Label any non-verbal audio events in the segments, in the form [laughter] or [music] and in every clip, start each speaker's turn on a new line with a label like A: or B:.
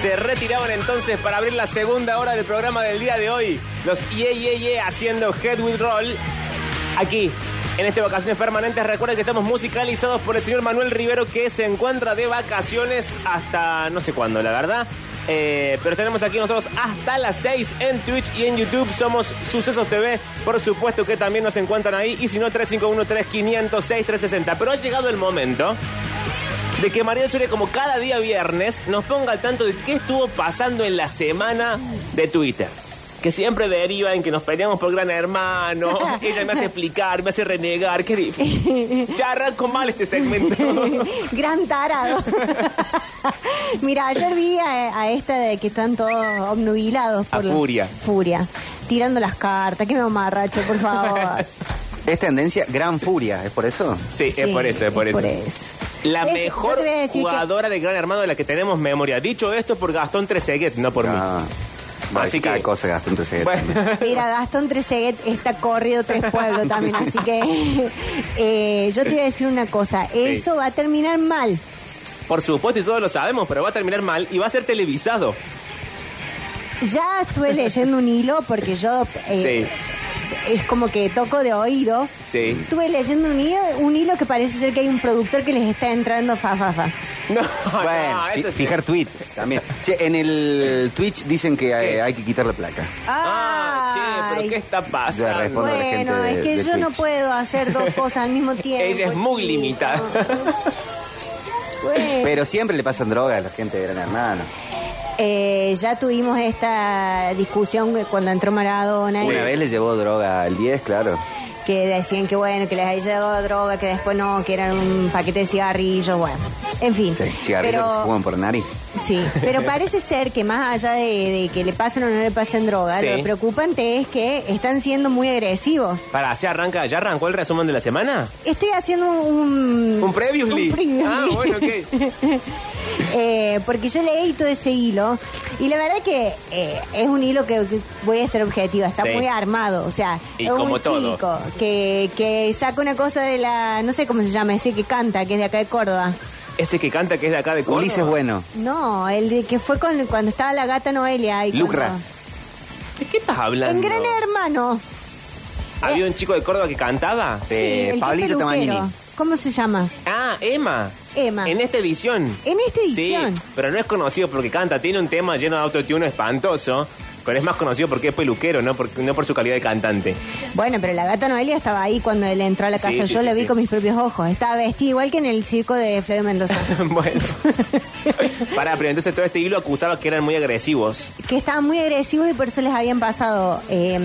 A: Se retiraban entonces para abrir la segunda hora del programa del día de hoy. Los Ye Ye Ye haciendo Head With Roll. Aquí, en este Vacaciones Permanentes, recuerden que estamos musicalizados por el señor Manuel Rivero que se encuentra de vacaciones hasta no sé cuándo, la verdad. Eh, pero tenemos aquí nosotros hasta las 6 en Twitch y en YouTube. Somos Sucesos TV. Por supuesto que también nos encuentran ahí. Y si no, 351-3506-360. Pero ha llegado el momento de que María Sure, como cada día viernes, nos ponga al tanto de qué estuvo pasando en la semana de Twitter. Que siempre deriva en que nos peleamos por gran hermano.
B: [laughs]
A: Ella me hace explicar, me hace renegar. Qué difícil. Ya arranco mal este
B: [laughs]
A: segmento.
B: Gran
A: [laughs]
B: tarado. Mira, ayer vi a, a esta de que están todos obnubilados
A: A
B: por la
A: Furia.
B: Furia. Tirando las cartas, que me amarracho, por favor.
C: Es tendencia gran furia, ¿es por eso?
A: [laughs] Sí, es por eso, es por eso. La
B: Es- yo
A: mejor
B: te voy a decir que-
A: jugadora de Gran Hermano de la que tenemos memoria. Dicho esto, por Gastón Treseguet, no por mí.
C: Ah, vale,
A: Así
C: cada
A: que-
C: cosa gasta un tercero.
A: Bueno, [laughs]
B: Mira, Gastón Treseguet está corrido tres pueblos también, así
A: [laughs]
B: que eh, yo te voy a decir una cosa, eso va a terminar mal.
A: por supuesto, y todos lo sabemos, pero va a terminar mal y va a ser televisado.
B: Ya estuve leyendo un hilo porque yo eh, es como que toco de oído.
A: Sí.
B: Estuve leyendo un hilo, un hilo que parece ser que hay un productor que les está entrando fa fa fa.
A: No,
C: Bueno,
A: no,
C: fi-
A: eso sí.
C: fijar tweet también. Che, en el Twitch dicen que hay,
A: ¿Qué?
C: hay que quitar la placa.
A: Ah, che,
B: Ay.
A: pero ¿qué está
C: Ya
A: pasando?
C: respondo. Cuando la gente
B: Bueno,
C: de-
B: es que
C: de
B: yo no
C: Twitch.
B: puedo hacer dos cosas al
C: [laughs]
B: mismo tiempo.
A: Ella es muy
B: chico.
A: limitada.
B: [laughs] Bueno.
C: Pero siempre le pasan droga a la gente de Gran Hermano.
B: Eh, ya tuvimos esta discusión cuando entró Maradona y
C: Una vez le llevó droga al 10, claro.
B: que decían que bueno, que les había llegado droga, que después no, que era un paquete de cigarrillos, bueno. En fin.
C: Sí, cigarrillos que se
B: Pero-
C: fuman por la nariz.
B: Sí, pero parece ser que más allá de, de que le pasen o no le pasen droga,
A: Sí.
B: lo preocupante es que están siendo muy agresivos.
A: Para, ¿se arranca? ¿Ya arrancó el resumen de la semana?
B: Estoy haciendo un...
A: ¿Un previously?
B: un previously.
A: Ah, bueno, ok.
B: [laughs] Eh, porque yo leí todo ese hilo y la verdad que eh, es un hilo que, que voy a ser objetiva, está
A: Sí.
B: muy armado, o sea,
A: Y
B: es un
A: como todo.
B: chico que, que saca una cosa de la, no sé cómo se llama, ese que canta, que es de acá de Córdoba.
A: Ese que canta que es de acá de Córdoba.
C: Ulises Bueno.
B: No, el de que fue con, cuando estaba la gata Noelia. Y cuando-
C: Lucra.
A: ¿De qué estás hablando?
B: En Gran Hermano.
A: ¿Había un chico de Córdoba que cantaba?
B: Sí,
C: Eh,
B: el que es
C: Pablito
B: peluquero.
C: Tamagnini.
B: ¿Cómo se llama?
A: Ah, Emma.
B: Emma.
A: En esta edición.
B: En esta edición.
A: Sí, pero no es conocido porque canta. Tiene un tema lleno de autotune espantoso. Pero es más conocido porque es peluquero, no por, no por su calidad de cantante. [laughs]
B: Bueno, pero la gata Noelia estaba ahí cuando él entró a la
A: Sí,
B: casa.
A: sí,
B: Yo
A: sí,
B: la vi
A: sí.
B: con mis propios ojos. Estaba vestida igual que en el circo de
A: [laughs]
B: Flavio Mendoza. [laughs]
A: bueno. Para, pero entonces todo este hilo acusaba que eran muy agresivos.
B: que estaban muy agresivos y por eso les habían pasado eh,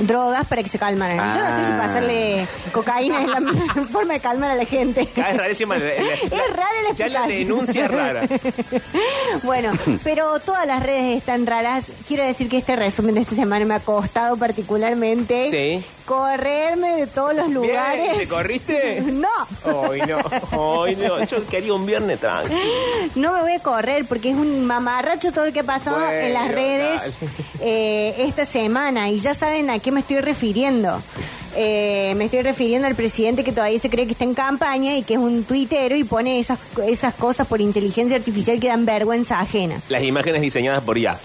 B: drogas para que se calmaran. Yo no sé si
C: Ah.
B: pasarle cocaína es
A: [laughs]
B: la mejor forma de calmar a la gente.
A: Ah, Es rarísima. la- la-
B: [laughs] Es rara la
A: Ya la
B: explicación.
A: denuncia es rara.
B: [laughs] Bueno, pero todas las redes están raras. Quiero decir que este resumen de esta semana me ha costado particularmente
A: Sí.
B: correrme de todos los lugares.
A: Bien, ¿Te corriste?
B: [laughs] No,
A: Hoy no, hoy no. Yo quería un viernes tranquilo.
B: no me voy a correr porque es un mamarracho todo lo que ha pasado
A: Bueno,
B: en las redes
A: dale.
B: eh, esta semana y ya saben a qué me estoy refiriendo. Eh, me estoy refiriendo al presidente que todavía se cree que está en campaña y que es un tuitero y pone esas, esas cosas por inteligencia artificial que dan vergüenza ajena.
A: Las imágenes diseñadas por IA.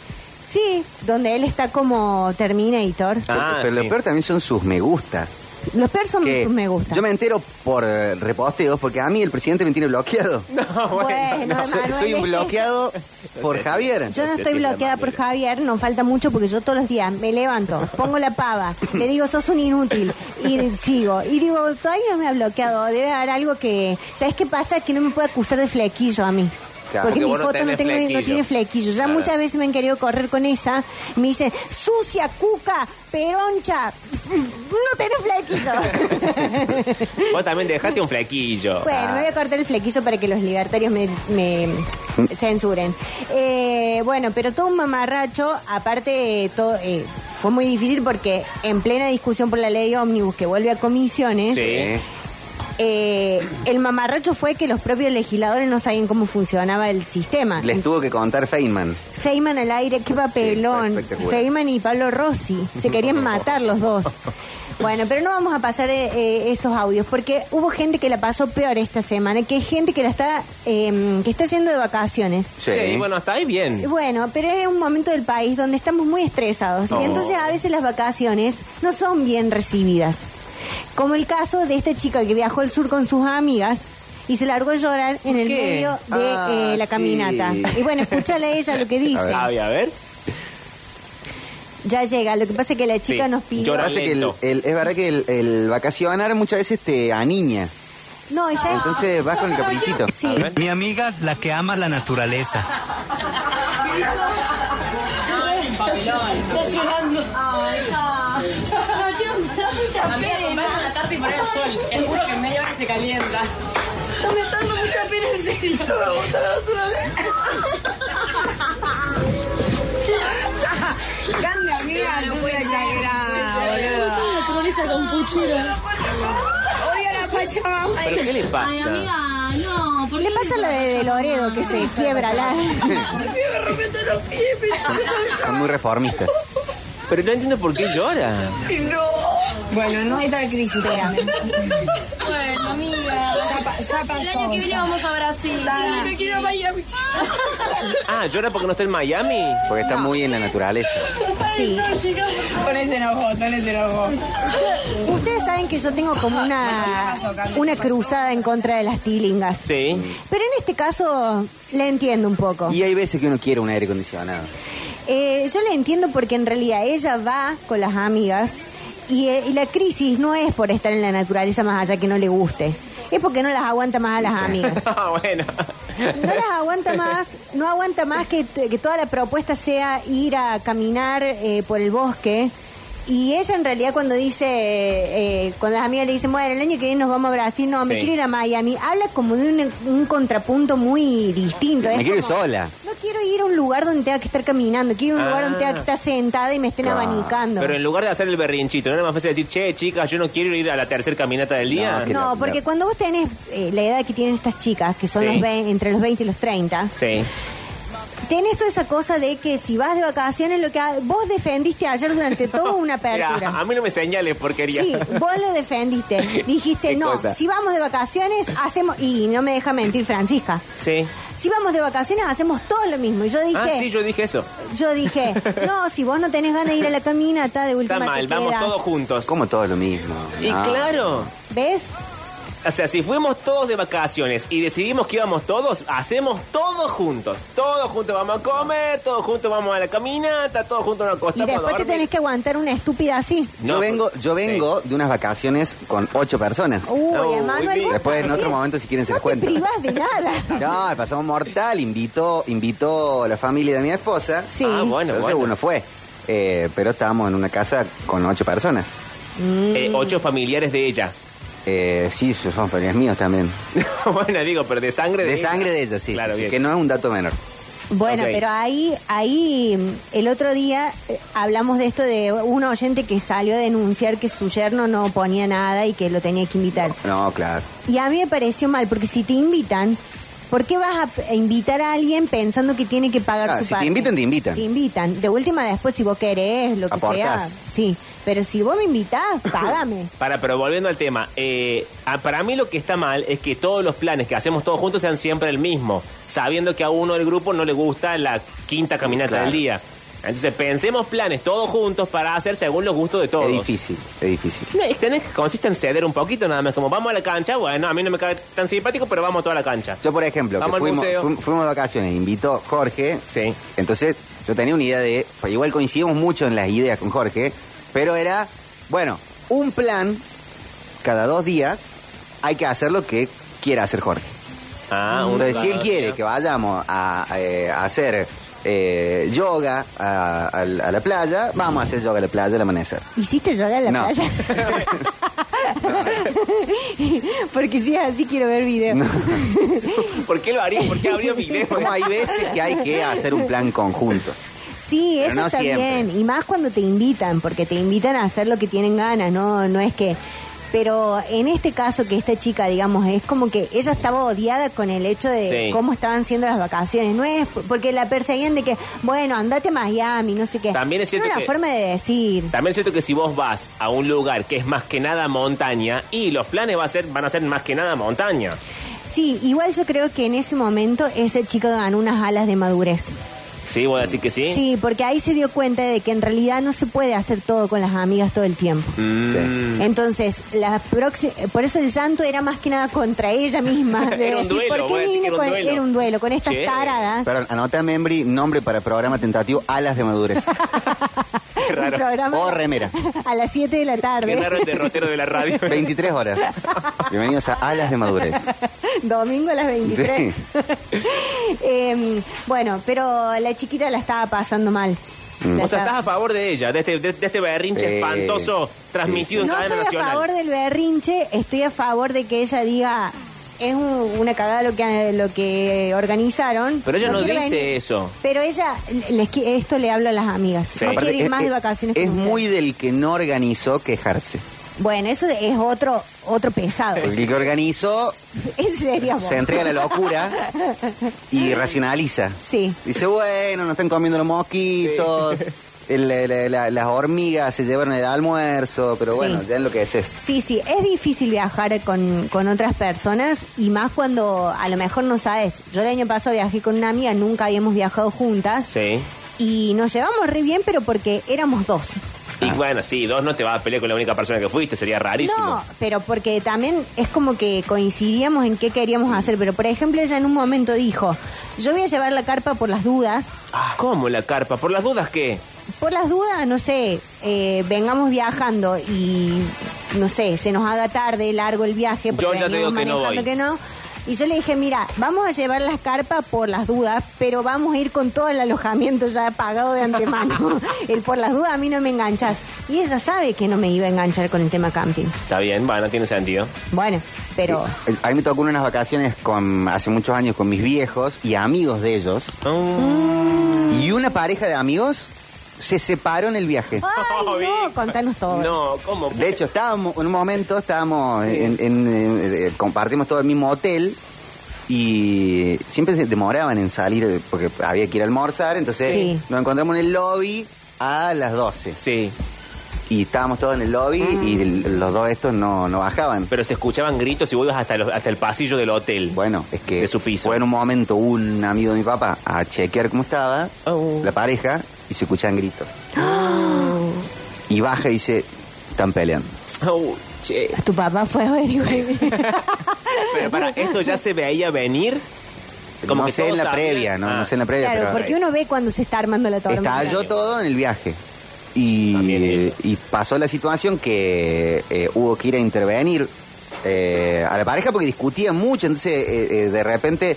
B: Sí, donde él está como Terminator.
A: Ah,
C: pero
A: sí.
C: lo peor también son sus me gusta.
B: Los peores son
C: que
B: sus me gusta.
C: Yo me [laughs] entero por eh, reposteos porque a mí el presidente me tiene bloqueado. [laughs]
A: No,
B: Bueno,
A: no.
C: soy,
B: Manuel,
C: soy un
A: [laughs]
B: ¿ves?
C: bloqueado por Javier.
B: Yo no
A: Esa
B: estoy
A: es la
B: bloqueada por
A: manera.
B: Javier, no falta mucho porque yo todos los días me levanto, pongo la pava, le digo sos un inútil y sigo. Y digo, todavía no me ha bloqueado, debe haber algo que... ¿Sabes qué pasa? Que no me puede acusar de flequillo a mí.
C: Claro,
A: porque
B: porque mi
A: vos no
B: foto no,
A: tenés
B: tengo- no
A: flequillo.
B: tiene flequillo. Ya
A: Claro.
B: muchas veces me han querido correr con esa. y Me dicen, sucia, cuca, peroncha, no tenés flequillo.
A: Vos también dejaste un flequillo. Ah.
B: Bueno, me voy a cortar el flequillo para que los libertarios me, me censuren. Eh, bueno, pero todo un mamarracho, aparte eh, todo, eh, fue muy difícil porque en plena discusión por la ley ómnibus que vuelve a comisiones,
A: Sí.
B: eh, el mamarracho fue que los propios legisladores no sabían cómo funcionaba el sistema.
C: Les tuvo que contar Feynman.
B: Feynman al aire, qué
C: Sí,
B: papelón.
C: fue espectacular.
B: Feynman y Pablo Rossi. Se querían matar los dos. Bueno, pero no vamos a pasar eh, eh, esos audios porque hubo gente que la pasó peor esta semana, que es gente que la está eh, que está yendo de vacaciones.
A: Sí.
C: Sí.
A: bueno, hasta ahí
B: Y
A: bien.
B: Bueno, pero es un momento del país donde estamos muy estresados
A: No.
B: y entonces a veces las vacaciones no son bien recibidas. Como el caso de esta chica que viajó al sur con sus amigas y se largó a llorar en el
A: qué?
B: medio de
C: Ah,
B: eh, la
C: sí.
B: caminata. Y bueno, escúchale a ella lo que dice.
A: A ver, Ah, a ver.
B: Ya llega, lo que pasa es que la chica
A: Sí,
B: nos pidió...
A: llorar.
C: Pasa que el-
A: Lento.
C: el- es verdad que el, el vacacionar muchas veces te aniña.
B: No, ¿y sabes?
C: Entonces vas con el caprichito.
B: Sí.
D: Mi amiga, la que ama la naturaleza.
E: Está llorando. Ay, no. No, tío, me da mucha
F: Amiga,
E: pena.
F: comprate una tarta y poner el sol. Te juro que en media hora se calienta.
E: Está me está dando mucha pena, en serio. No [laughs] me gusta la naturaleza. Grande amiga, no puede ser. pues, Me gusta la naturaleza
G: Ah,
E: con puchero. Odio la pachamama.
A: ¿Pero qué le pasa?
F: Ay, amiga, no. ¿por
B: Le
F: qué
B: pasa la de, de Loredo que se quiebra la...
E: Me rompiendo los pies, [laughs] me
C: Son muy reformistas.
A: Pero no entiendo por qué llora.
E: No.
H: Bueno, no hay tal crisis, créame.
F: Bueno, amiga.
H: Ya, pa- ya pasó.
F: El año que viene vamos a Brasil.
E: No quiero Miami, chicas.
A: Ah, llora porque no está en Miami.
C: Porque está muy en la naturaleza.
B: Sí.
H: Ponés enojo, ponés enojo.
B: Ustedes saben que yo tengo como una, una cruzada en contra de las tilingas.
A: Sí. [laughs]
B: Pero en este caso la entiendo un poco.
C: Y hay veces que uno quiere un aire acondicionado.
B: Eh, yo la entiendo porque en realidad ella va con las amigas y, eh, y la crisis no es por estar en la naturaleza más allá que no le guste. Es porque no las aguanta más a las amigas.
A: Ah, bueno.
B: No las aguanta más, no aguanta más que, t- que toda la propuesta sea ir a caminar eh, por el bosque. Y ella en realidad cuando dice, eh, cuando las amigas le dicen, bueno, el año que viene nos vamos a Brasil, no, me
A: Sí.
B: quiero ir a Miami, habla como de un, un contrapunto muy distinto.
C: Me
B: es
C: quiero ir
B: como,
C: sola.
B: No quiero ir a un lugar donde tenga que estar caminando, quiero ir a un lugar donde
A: Ah.
B: tenga que estar sentada y me estén
C: Claro.
B: abanicando.
A: Pero en lugar de hacer el berrinchito, ¿no era más fácil decir, che, chicas, yo no quiero ir a la tercera caminata del día?
C: No, que-
B: No, porque cuando vos tenés eh, la edad que tienen estas chicas, que son
A: Sí.
B: los ve- entre los 20 y los 30,
A: Sí.
B: Tenés toda esa cosa de que si vas de vacaciones, lo que ha- vos defendiste
A: [laughs]
B: ayer durante toda una
A: Mira, a
B: apertura.
A: mí no me señales, porquería.
B: Sí, vos lo defendiste. Dijiste,
A: Qué
B: no,
A: cosa.
B: si vamos de vacaciones, hacemos. Y no me deja mentir, Francisca.
A: Sí.
B: Si vamos de vacaciones, hacemos todo lo mismo. Y yo dije,
A: Ah, sí, yo dije eso.
B: yo dije, no, si vos no tenés ganas de ir a la caminata, de última
A: Está
B: te
A: mal, vamos
B: quedas.
A: todos juntos.
C: Como todo lo mismo.
A: Y
C: No.
A: claro,
B: ¿Ves?
A: o sea, si fuimos todos de vacaciones y decidimos que íbamos todos, hacemos todos juntos. Todos juntos vamos a comer, todos juntos vamos a la caminata, todos juntos nos
B: Y
A: acostamos
B: después
A: a
B: te tenés
A: dormir.
B: que aguantar una estúpida así.
C: yo
A: No,
C: vengo, yo
A: sí.
C: vengo de unas vacaciones con ocho personas.
B: Uy,
A: No,
B: Emanuel,
A: uy,
B: vos
C: Después en otro
B: también
C: momento si quieren se
B: no
C: les cuento.
B: te privás de nada.
C: No, pasamos mortal, invitó, invitó a la familia de mi esposa.
B: Sí.
A: Ah, bueno,
C: Entonces
A: bueno.
C: uno fue. Eh, pero estábamos en una casa con ocho personas.
A: Eh, ocho familiares de ella. [laughs]
C: Eh, sí, son familiares míos también.
A: bueno, digo, pero de sangre de,
C: De
A: ella.
C: sangre de ellos, sí.
A: Claro,
C: sí,
A: bien.
C: Que no es un dato menor.
B: Bueno,
A: Ok.
B: pero ahí, ahí mm, el otro día eh, hablamos de esto de un oyente que salió a denunciar que su yerno no ponía nada y que lo tenía que invitar.
C: No, claro.
B: Y a mí me pareció mal, porque si te invitan, ¿por qué vas a p- a invitar a alguien pensando que tiene que pagar
C: Ah,
B: su
C: si te
B: parte?
C: invitan, te invitan.
B: Te invitan. De última, después, si vos querés, lo que sea.
C: Aportás.
B: Sí, pero si vos me
C: [laughs]
B: invitás, págame.
A: Para, pero volviendo al tema, eh, ah, para mí lo que está mal es que todos los planes que hacemos todos juntos sean siempre el mismo, sabiendo que a uno del grupo no le gusta la quinta caminata
C: Claro.
A: del día. Entonces pensemos planes todos juntos para hacer según los gustos de todos.
C: Es difícil, es difícil.
A: No, es tenés que consiste en ceder un poquito nada más, como vamos a la cancha, bueno, a mí no me cae tan simpático, pero vamos a toda la cancha.
C: Yo, por ejemplo, que
A: Vamos al
C: fuimos,
A: museo.
C: fuim- fuimos de vacaciones, invitó Jorge.
A: Sí.
C: Entonces, yo tenía una idea de. pues, igual coincidimos mucho en las ideas con Jorge, pero era, bueno, un plan cada dos días, hay que hacer lo que quiera hacer Jorge.
A: Ah, un
C: Entonces, mm, si él
A: lugar,
C: quiere
A: ¿no?
C: que vayamos a, eh, a hacer eh, yoga a, a la a la playa, vamos a hacer yoga a la playa al amanecer.
B: ¿Hiciste yoga en la
C: No.
B: playa?
C: [laughs]
B: [laughs] Porque si es así, quiero ver video.
A: [laughs] ¿Por qué lo haría? ¿Por qué habría
C: [laughs]
A: video?
C: Como hay veces que hay que hacer un plan conjunto.
B: Sí,
C: Pero
B: eso
C: no
B: está
C: siempre.
B: bien. Y más cuando te invitan, porque te invitan a hacer lo que tienen ganas, ¿no? No es que Pero en este caso que esta chica, digamos, es como que ella estaba odiada con el hecho de
A: Sí.
B: cómo estaban siendo las vacaciones. No es por- porque la perseguían de que, bueno, andate a Miami, no sé qué.
A: También es cierto
B: No, una
A: que-
B: forma de decir.
A: También es cierto que si vos vas a un lugar que es más que nada montaña y los planes va a ser, van a ser más que nada montaña.
B: Sí, igual yo creo que en ese momento ese chico ganó unas alas de madurez.
A: ¿Sí? ¿Vos decís que sí?
B: Sí, porque ahí se dio cuenta de que en realidad no se puede hacer todo con las amigas todo el tiempo.
A: Mm.
B: Entonces, la proxi- por eso el llanto era más que nada contra
A: [laughs]
B: ella misma. de
A: Era un
B: decir,
A: duelo,
B: ¿por
A: voy
B: qué
A: a decir que era un
B: vine con-
A: duelo.
B: era un duelo con estas
A: Che.
B: taradas?
C: Perdón, anota Membri, nombre para programa tentativo Alas de Madurez.
A: Qué
B: [laughs] Un
A: raro.
B: programa
C: O remera.
B: a las 7 de la
A: Qué
B: tarde,
A: raro el derrotero de la radio.
C: 23 horas. Bienvenidos a Alas de Madurez.
B: [laughs] domingo a las 23. [laughs] Em, bueno, pero la chiquita la estaba pasando mal. La
A: O sea,
B: estaba-
A: estás a favor de ella, de este, de, de este berrinche
C: Sí.
A: espantoso transmitido en
B: No
A: cadena
B: estoy a
A: nacional.
B: favor del berrinche, estoy a favor de que ella diga es un- una cagada lo que lo que organizaron.
A: Pero ella no
B: quiero
A: dice eso.
B: Pero ella les qui- esto le hablo a las amigas.
A: Sí.
B: No
A: Aparte,
B: quiere ir
C: es-
B: más de
C: es-
B: vacaciones.
C: Es
B: con ustedes.
C: muy del que no organizó quejarse.
B: bueno, eso es otro otro pesado.
C: Porque el que organizó
B: [laughs] en serio. vos.
C: se entrega a la locura y racionaliza.
B: Sí.
C: Dice, bueno, no están comiendo los mosquitos, el- el- la- las hormigas se llevaron el almuerzo, pero bueno,
B: Sí.
C: ya es lo que es eso.
B: Sí, sí, es difícil viajar con, con otras personas y más cuando a lo mejor no sabes. Yo el año pasado viajé con una amiga, nunca habíamos viajado juntas
A: Sí.
B: y nos llevamos re bien, pero porque éramos dos.
C: Ah.
A: Y bueno, sí, dos no te vas a pelear con la única persona que fuiste, sería rarísimo.
B: No, pero porque también es como que coincidíamos en qué queríamos hacer. Pero por ejemplo, ella en un momento dijo: Yo voy a llevar la carpa por las dudas.
A: Ah, ¿cómo la carpa? ¿Por las dudas qué?
B: Por las dudas, no sé, eh, vengamos viajando y no sé, se nos haga tarde, largo el viaje.
A: Yo
B: Porque
A: ya te
B: veníamos
A: digo que no
B: manejando
A: voy.
B: que no. Y yo le dije, mira, vamos a llevar las carpas por las dudas, pero vamos a ir con todo el alojamiento ya pagado de antemano. [laughs] el por las dudas a mí no me enganchas. Y ella sabe que no me iba a enganchar con el tema camping.
A: Está bien, bueno, tiene sentido.
B: Bueno, pero...
C: Eh, A mí me tocó unas vacaciones con, hace muchos años con mis viejos y amigos de ellos.
A: Mm,
C: Y una pareja de amigos se separó en el viaje.
B: Ay,
A: Oh,
B: no,
A: Vic.
B: contanos todo.
A: No, ¿cómo?
C: De hecho, estábamos, en un momento estábamos, en, en- en- eh, compartimos todo el mismo hotel y siempre se demoraban en salir eh, porque había que ir a almorzar, entonces
B: Sí.
C: nos encontramos en el lobby a las 12
A: Sí,
C: y estábamos todos en el lobby
B: Ah.
C: y el- los dos estos no, no bajaban.
A: pero se escuchaban gritos y vos ibas hasta, los- hasta el pasillo del hotel.
C: Bueno, es que
A: De su piso.
C: fue en un momento un amigo de mi papá a chequear cómo estaba
A: Oh.
C: la pareja y se escuchan gritos.
B: Ah.
C: Y baja y dice, están peleando.
A: Oh, che.
B: Tu papá fue a averiguar. [laughs]
A: Pero para, ¿esto ya se veía venir? Como
C: no
A: que
C: sé en
A: todos
C: la
A: sabían.
C: previa, no,
A: Ah.
C: no sé en la previa,
B: claro,
C: pero
B: porque uno ve cuando se está armando la tormenta.
C: estalló todo en el viaje. Y,
A: También.
C: y pasó la situación que eh, hubo que ir a intervenir eh, a la pareja porque discutían mucho. Entonces, eh, eh, de repente,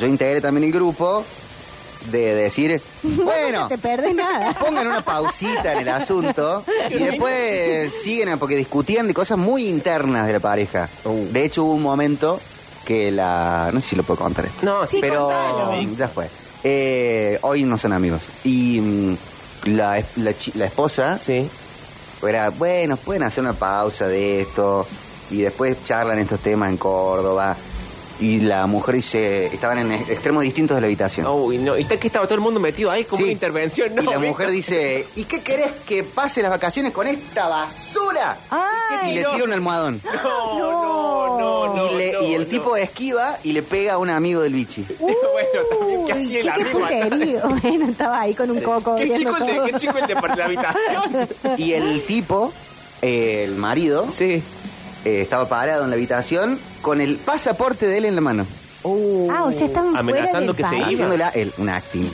C: yo integré también el grupo de decir,
B: No
C: bueno,
B: te
A: [laughs]
B: perdés nada.
C: pongan una pausita en el asunto y después eh, siguen a- porque discutían de cosas muy internas de la pareja. De hecho, hubo un momento que la... No sé si lo puedo contar esto.
A: No, sí,
C: pero
A: contalo.
C: ya fue. Eh, hoy no son amigos. Y mm, la, es- la chi- la esposa
A: Sí.
C: era, bueno, pueden hacer una pausa de esto y después charlan estos temas en Córdoba. Y la mujer dice, estaban en e- extremos distintos de la habitación.
A: Uy, no. Y está que estaba todo el mundo metido ahí como
C: Sí.
A: una intervención. No, ¿eh?
C: y la
A: Vic.
C: mujer dice, ¿y qué querés que pase las vacaciones con esta basura?
B: Ay.
C: y le tira un almohadón.
A: [laughs] No, no, no, no.
C: y, le-
A: no,
C: y el
A: no.
C: tipo esquiva y le pega a un amigo del bichi.
A: [laughs] bueno, también, ¿qué
B: Uy,
A: hacía el
B: che, qué
A: amigo acá?
B: puterío. [laughs] Bueno, estaba ahí con un coco
A: ¿Qué
B: viendo
A: chico, el de,
B: todo.
A: ¿Qué chico el de por la habitación?
C: Y el tipo, eh, el marido,
A: [laughs] Sí.
C: eh, estaba parado en la habitación con el pasaporte de él en la mano.
B: Ah, o sea, estaban
A: Amenazando
B: fuera del
A: que se
B: país.
A: iba.
C: Haciéndola el- un acting.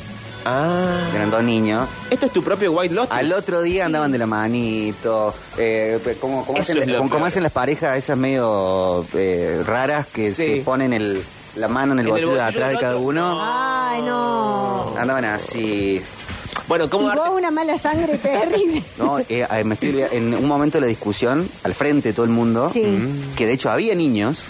A: Ah.
C: Eran dos niños.
A: ¿Esto es tu propio White Lotus?
C: Al otro día andaban de la manito. eh, pe- como, como
A: Eso
C: hacen,
A: es lo
C: como- como
A: peor.
C: hacen las parejas esas medio eh, raras que
A: Sí.
C: se ponen el, la mano en
A: En
C: el
A: el
C: bolsillo de
A: bolsillo
C: atrás
A: del
C: de cada
A: otro.
C: uno.
B: Ay, no.
C: Andaban así.
A: Bueno,
B: Y
A: ¿cómo
B: vos
A: darte-
B: una mala sangre
A: [laughs]
B: terrible.
C: No, Eh, eh, me estoy olvidando, en un momento de la discusión, al frente de todo el mundo,
B: Sí.
C: que de hecho había niños,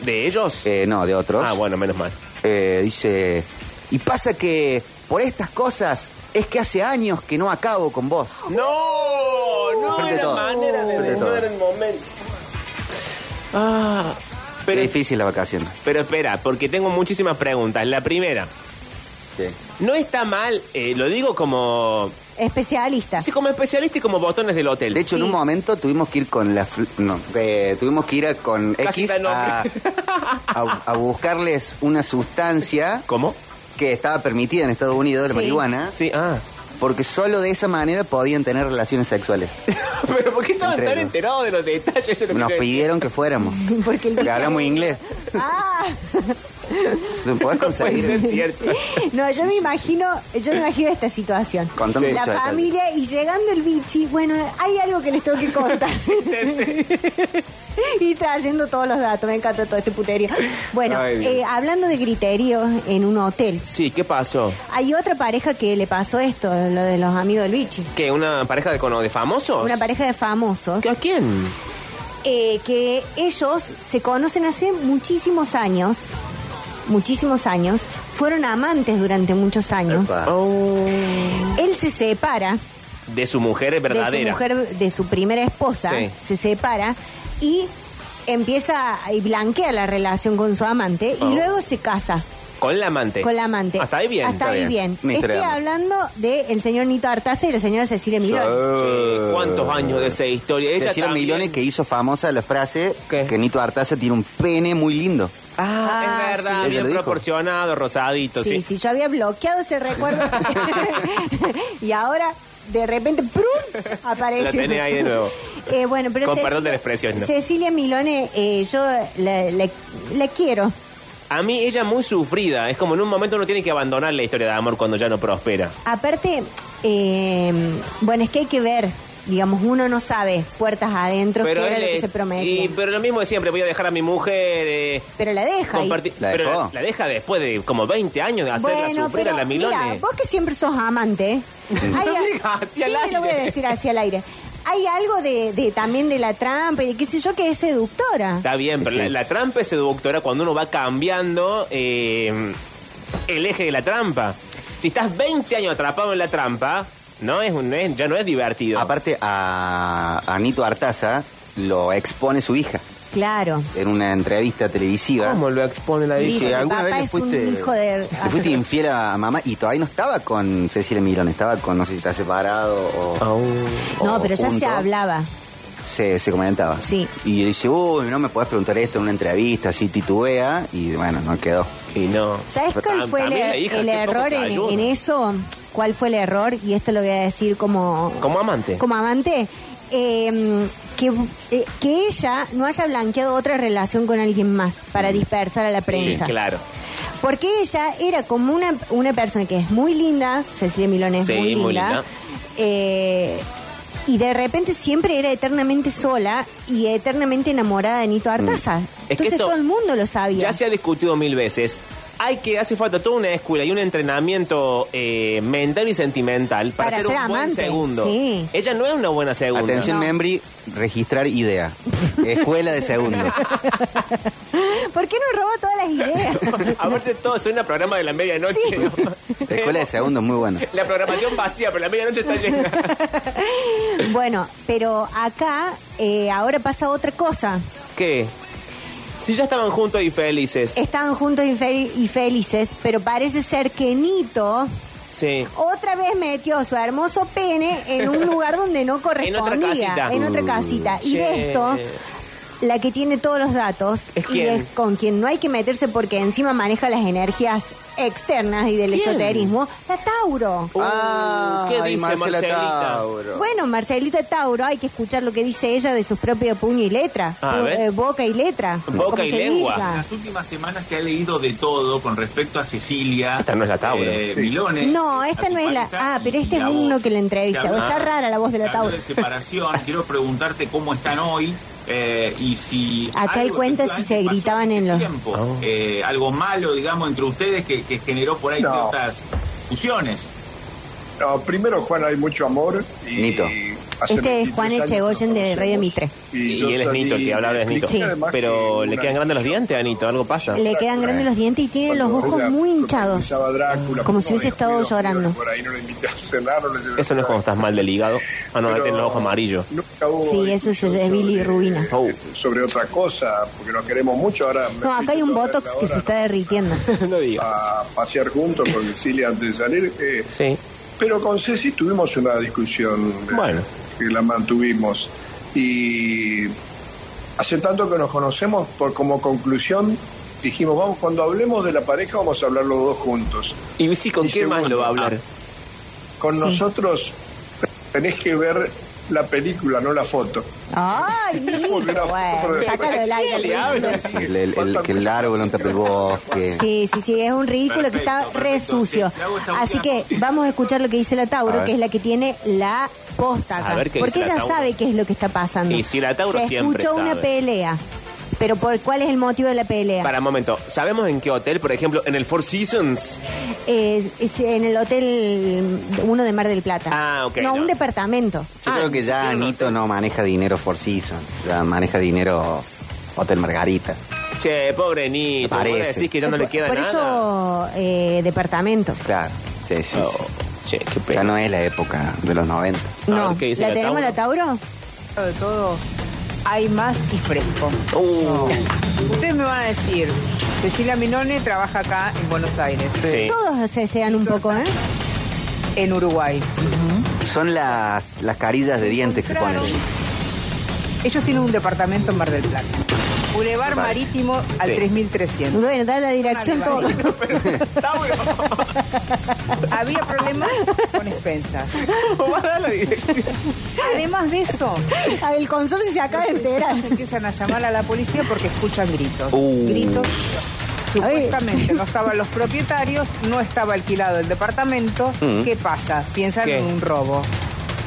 A: ¿De ellos?
C: eh, no, de otros,
A: ah, bueno, menos mal.
C: eh, dice, y pasa que por estas cosas es que hace años que no acabo con vos.
A: ¡No! No
C: Frente a
A: era
C: todo.
A: manera de...
C: Frente a
A: no
C: todo.
A: era el momento. Ah, pero,
C: Qué difícil la vacación.
A: pero espera, porque tengo muchísimas preguntas. La primera,
C: Sí.
A: no está mal, eh, lo digo como,
B: Especialista.
A: sí, como especialista y como botones del hotel.
C: De hecho, en
B: Sí.
C: un momento tuvimos que ir con la... fl- No, eh, tuvimos que ir a- con
A: Casi
C: X
A: da nombre.
C: a, a- a buscarles una sustancia
A: ¿Cómo?
C: que estaba permitida en Estados Unidos, la
B: Sí.
C: marihuana,
A: Sí,
B: [laughs]
A: ah.
C: porque solo de esa manera podían tener
A: [laughs]
C: relaciones sexuales.
A: pero ¿por qué estaban
C: Entre
A: tan
C: ellos.
A: enterados de los detalles? Eso es lo que
C: Nos
A: quiero decir.
C: pidieron que
B: [laughs]
C: fuéramos.
B: [laughs] Porque el
C: Porque
B: [laughs]
C: hablamos inglés.
B: Ah,
C: ¿Lo
A: Puede
C: podés conseguir?
A: ser
B: [laughs]
A: cierto.
B: no, yo me imagino, yo me imagino esta situación.
C: Contame
A: Sí.
B: La
C: mucho detalle.
B: familia y llegando el bichi, bueno, hay algo que les tengo que
C: [laughs]
B: contar. y trayendo todos los datos, me encanta todo este puterío. Bueno,
A: Ay, Dios.
B: eh, hablando de criterio en un hotel,
A: Sí, ¿qué pasó?
B: hay otra pareja que le pasó esto, lo de los amigos del bichi.
A: ¿Qué? ¿Una pareja de, cono- de famosos?
B: Una pareja de famosos
A: ¿A quién?
B: eh, que ellos se conocen hace muchísimos años, muchísimos años, fueron amantes durante muchos años.
C: Epa.
A: Oh.
B: Él se separa
A: De su mujer verdadera.
B: de su mujer, de su primera esposa,
A: Sí.
B: se separa y empieza y blanquea la relación con su amante
A: Oh.
B: y luego se casa
A: Con la amante.
B: con la amante.
A: Hasta ahí bien.
B: Hasta
C: está
B: ahí
C: bien.
B: bien.
C: Una historia
B: Estoy
C: de amor.
B: hablando del señor Nito Artaza y la señora Cecilia Milón.
A: Che, ¿Cuántos
C: Ah.
A: años de esa historia? Ella
C: Cecilia
A: también.
C: Milone que hizo famosa la frase
A: ¿Qué?
C: que Nito Artaza tiene un pene muy lindo.
A: Ah,
B: Ah,
A: es verdad.
C: sí. Ella
A: Bien
C: lo dijo.
A: proporcionado, rosadito, sí.
B: Sí, sí, yo había bloqueado
A: [laughs]
B: ese recuerdo. [laughs] y ahora, de repente, ¡prum! aparece.
A: La tenés ahí de nuevo.
B: Eh, bueno, pero
A: Con
B: Cecilia-
A: perdón de la expresión, ¿no?
B: Cecilia Milone, eh, yo la, la- la quiero.
A: A mí ella muy sufrida. Es como en un momento uno tiene que abandonar la historia de amor cuando ya no prospera.
B: Aparte, eh, bueno, es que hay que ver. Digamos, uno no sabe puertas adentro qué era lo que
A: es-
B: se promete.
A: y- pero lo mismo de siempre. Voy a dejar a mi mujer... eh,
B: Pero la deja ahí.
A: compartir-
C: ¿La
A: pero
C: dejó?
A: la, la deja después de como 20 años de hacerla
B: Bueno,
A: sufrir a
B: pero
A: la Milone.
B: mira, vos que siempre sos amante, ¿eh? hay
A: [laughs] No
B: a-
A: digas hacia
B: sí,
A: el aire.
B: lo voy a decir hacia el aire. Hay algo de, de también de la trampa y de qué sé yo que es seductora.
A: Está bien, pero
C: Sí.
A: la, la trampa es seductora cuando uno va cambiando eh, el eje de la trampa. Si estás 20 años atrapado en la trampa, no es un, no es- ya no es divertido.
C: Aparte a, a Nito Artaza lo expone su hija
B: Claro.
C: en una entrevista televisiva.
A: ¿Cómo lo expone la
B: Dice
A: hija?
B: que
C: Que alguna
B: papá
C: vez le
B: es un
C: fuiste,
B: hijo de- [laughs]
C: le fuiste infiel a mamá y todavía no estaba con Cecilia Milone, estaba con, no sé si está separado o... o
A: Oh,
B: No, pero ya se
C: junto.
B: hablaba.
C: Se, se comentaba.
B: Sí.
C: Y dice, uy, no me podés preguntar esto en una entrevista, así titubea, y bueno, no quedó.
A: Y no.
B: ¿Sabes
A: Pero
B: cuál
A: tam-
B: fue el, er-
A: también la hija,
B: el
A: qué poco
B: error
A: te
B: en,
A: ayuda.
B: en eso? ¿Cuál fue el error? Y esto lo voy a decir como
A: Como amante.
B: como amante. eh, que, eh, que ella no haya blanqueado otra relación con alguien más para dispersar a
A: Mm.
B: la
A: Sí,
B: prensa.
A: claro.
B: Porque ella era como una, una persona que es muy linda, Cecilia Milón es
A: Sí,
B: muy linda,
A: muy linda.
B: eh, y de repente siempre era eternamente sola y eternamente enamorada de Nito Artaza.
A: Mm. que
B: Entonces
A: esto
B: todo el mundo lo sabía.
A: Ya se ha discutido mil veces. Hay que hace falta toda una escuela y un entrenamiento eh, mental y sentimental para,
B: Para
A: ser,
B: ser
A: un buen
B: amante,
A: segundo.
B: sí.
A: Ella no es una buena segunda.
C: Atención,
B: No.
C: Membri,
B: [laughs]
C: registrar idea. Escuela de segundo.
B: ¿Por qué nos robó todas las
A: [laughs]
B: ideas?
A: [laughs] Aparte todo suena a programa de la medianoche.
B: Sí.
A: ¿no?
C: Escuela de segundo es muy buena.
A: [laughs] La programación vacía, pero la medianoche está
B: [laughs]
A: llena.
B: bueno, pero acá eh, ahora pasa otra cosa.
A: ¿Qué? Si ya estaban juntos y felices.
B: Están juntos y, fel- y felices, pero parece ser que Nito
A: Sí.
B: otra vez metió su hermoso pene
A: [laughs]
B: en un lugar donde no correspondía.
A: casita. Uh,
B: En otra casita. Y
A: Che.
B: de esto, la que tiene todos los datos
A: ¿Es
B: y
A: quién?
B: es con quien no hay que meterse porque encima maneja las energías externas y del
A: ¿Quién?
B: esoterismo, la Tauro.
A: Uh, ¿Qué
C: Ah, Ay,
A: dice
C: Marcela
A: Marcelita?
C: Tauro.
B: Bueno, Marcelita Tauro, hay que escuchar lo que dice ella de su propio puño y letra,
A: A
B: Pu-
A: ver.
B: eh, boca y letra,
A: Boca
B: como
A: y
B: se
A: lengua.
B: diga.
I: las últimas semanas se ha leído de todo con respecto a Cecilia.
A: Esta no es la Tauro.
I: eh, Milone.
B: No,
I: a
B: esta
I: su
B: no es la-
I: pareja
B: ah, pero
I: y
B: este es
I: a vos.
B: uno que la entrevista.
I: Se habló-
B: Está rara la voz de la
I: se habló
B: Tauro.
I: de separación. Quiero preguntarte cómo están hoy. eh, y si
B: Acá él
I: algo
B: cuenta si
I: efectivamente
B: se
I: pasó
B: gritaban en
I: este
B: los-
I: tiempo, eh, algo malo, digamos, entre ustedes que, que generó por ahí ciertas fusiones.
J: No, primero, Juan, hay mucho amor. Y
C: Nito.
B: Este
J: hace
B: es
J: 23
B: Juan
J: años que nos
B: Echegoyen de Radio
J: conocemos.
B: Mitre.
A: Y,
J: yo
A: él es
J: salí
A: Nito, el que hablaba de
J: y
A: Nito.
J: expliqué además
A: Pero
J: que
A: le
J: una
A: quedan grandes los
J: noche
A: dientes a Nito, algo pasa.
B: Le quedan grandes los dientes y tiene los
J: cuando
B: ojos
J: Drácula
B: muy hinchados.
J: protagonizaba a Drácula,
B: Como
J: no,
B: si hubiese
J: Dios
B: estado
J: mío,
B: llorando.
J: Por ahí no le invité a cenar, no le llevé
A: Eso no es
J: nada.
A: cuando estás mal del hígado. Ah, no, ahí
J: Pero
A: tienen los ojos
J: [laughs]
A: amarillos.
J: nunca hubo
B: Sí, eso es-
J: discusión
B: es
J: sobre- eh,
B: bilirrubina.
A: Oh.
J: Sobre otra cosa, porque nos queremos mucho. Ahora me
B: No, acá hay
J: invito
B: un
J: toda
B: botox
J: la
B: que
J: hora
B: se está derritiendo.
A: no digas.
J: A pasear juntos con Cecilia antes de salir. eh,
A: Sí.
J: Pero con Ceci tuvimos una discusión. eh,
A: Bueno.
J: Que la mantuvimos. Y hace tanto que nos conocemos, por como conclusión, dijimos, vamos, cuando hablemos de la pareja vamos a hablar los dos juntos.
A: Y sí, ¿con
J: Y
A: qué más
J: segundo,
A: lo va a hablar?
J: Con
B: Sí.
J: nosotros tenés que ver la película, no la foto.
A: [laughs]
B: ¡Ay, lindo! Bueno, sácalo del aire.
A: ¿Qué le
B: el ridículo.
A: habla?
C: El, el- el que el árbol no tapa el bosque.
B: Sí, sí, sí, es un ridículo que
I: Perfecto,
B: está re
I: perfecto.
B: sucio.
I: Te hago esta
B: Así que
I: última-
B: vamos a escuchar lo que dice la
C: A
B: Tauro,
C: ver.
B: que es la que tiene la posta acá.
A: A ver qué
B: Porque
A: dice la
B: ella
A: Tauro.
B: sabe qué es lo que está pasando.
A: Y si la Tauro
B: Se
A: siempre
B: escuchó una
A: sabe.
B: pelea. Pero por ¿cuál es el motivo de la pelea?
A: Para un momento, ¿sabemos en qué hotel? Por ejemplo, en el Four Seasons.
B: Es- es en el hotel uno de Mar del Plata.
A: Ah, ok,
B: No,
A: no.
B: un departamento.
C: Yo
A: Ah,
C: creo que ya
A: sí, no,
C: Nito no maneja dinero Four Seasons, ya maneja dinero Hotel Margarita.
A: Che, pobre Nito. ¿vos
C: Parece.
A: decís que ya no le queda
B: por
A: nada?
B: eso, eh, departamento.
C: Claro, sí, sí, sí.
A: Oh, che, qué pena.
C: Ya no es la época de los 90.
A: A ver
B: No,
A: qué dice
B: ¿la
A: la
B: tenemos la Tauro?
E: De todo, hay más y fresco.
A: Uh,
E: Ustedes me van a decir, Cecilia Minone trabaja acá en Buenos Aires,
A: sí.
B: Todos se sean un poco, ¿eh?
E: en Uruguay.
C: Son las, las carillas de dientes que se ponen.
E: Ellos tienen un departamento en Mar del Plata. Boulevard Marítimo al
A: Sí.
E: 3300.
B: Bueno, da la dirección todo.
E: Alvarito. Había problemas con expensas. Además de eso,
B: El consorcio se acaba de enterar.
E: empiezan a llamar a la policía porque escuchan gritos.
A: Uh.
E: Gritos. Supuestamente no estaban los propietarios, no estaba alquilado el departamento. ¿Qué pasa? Piensan
A: Mm. ¿Qué?
E: en un robo.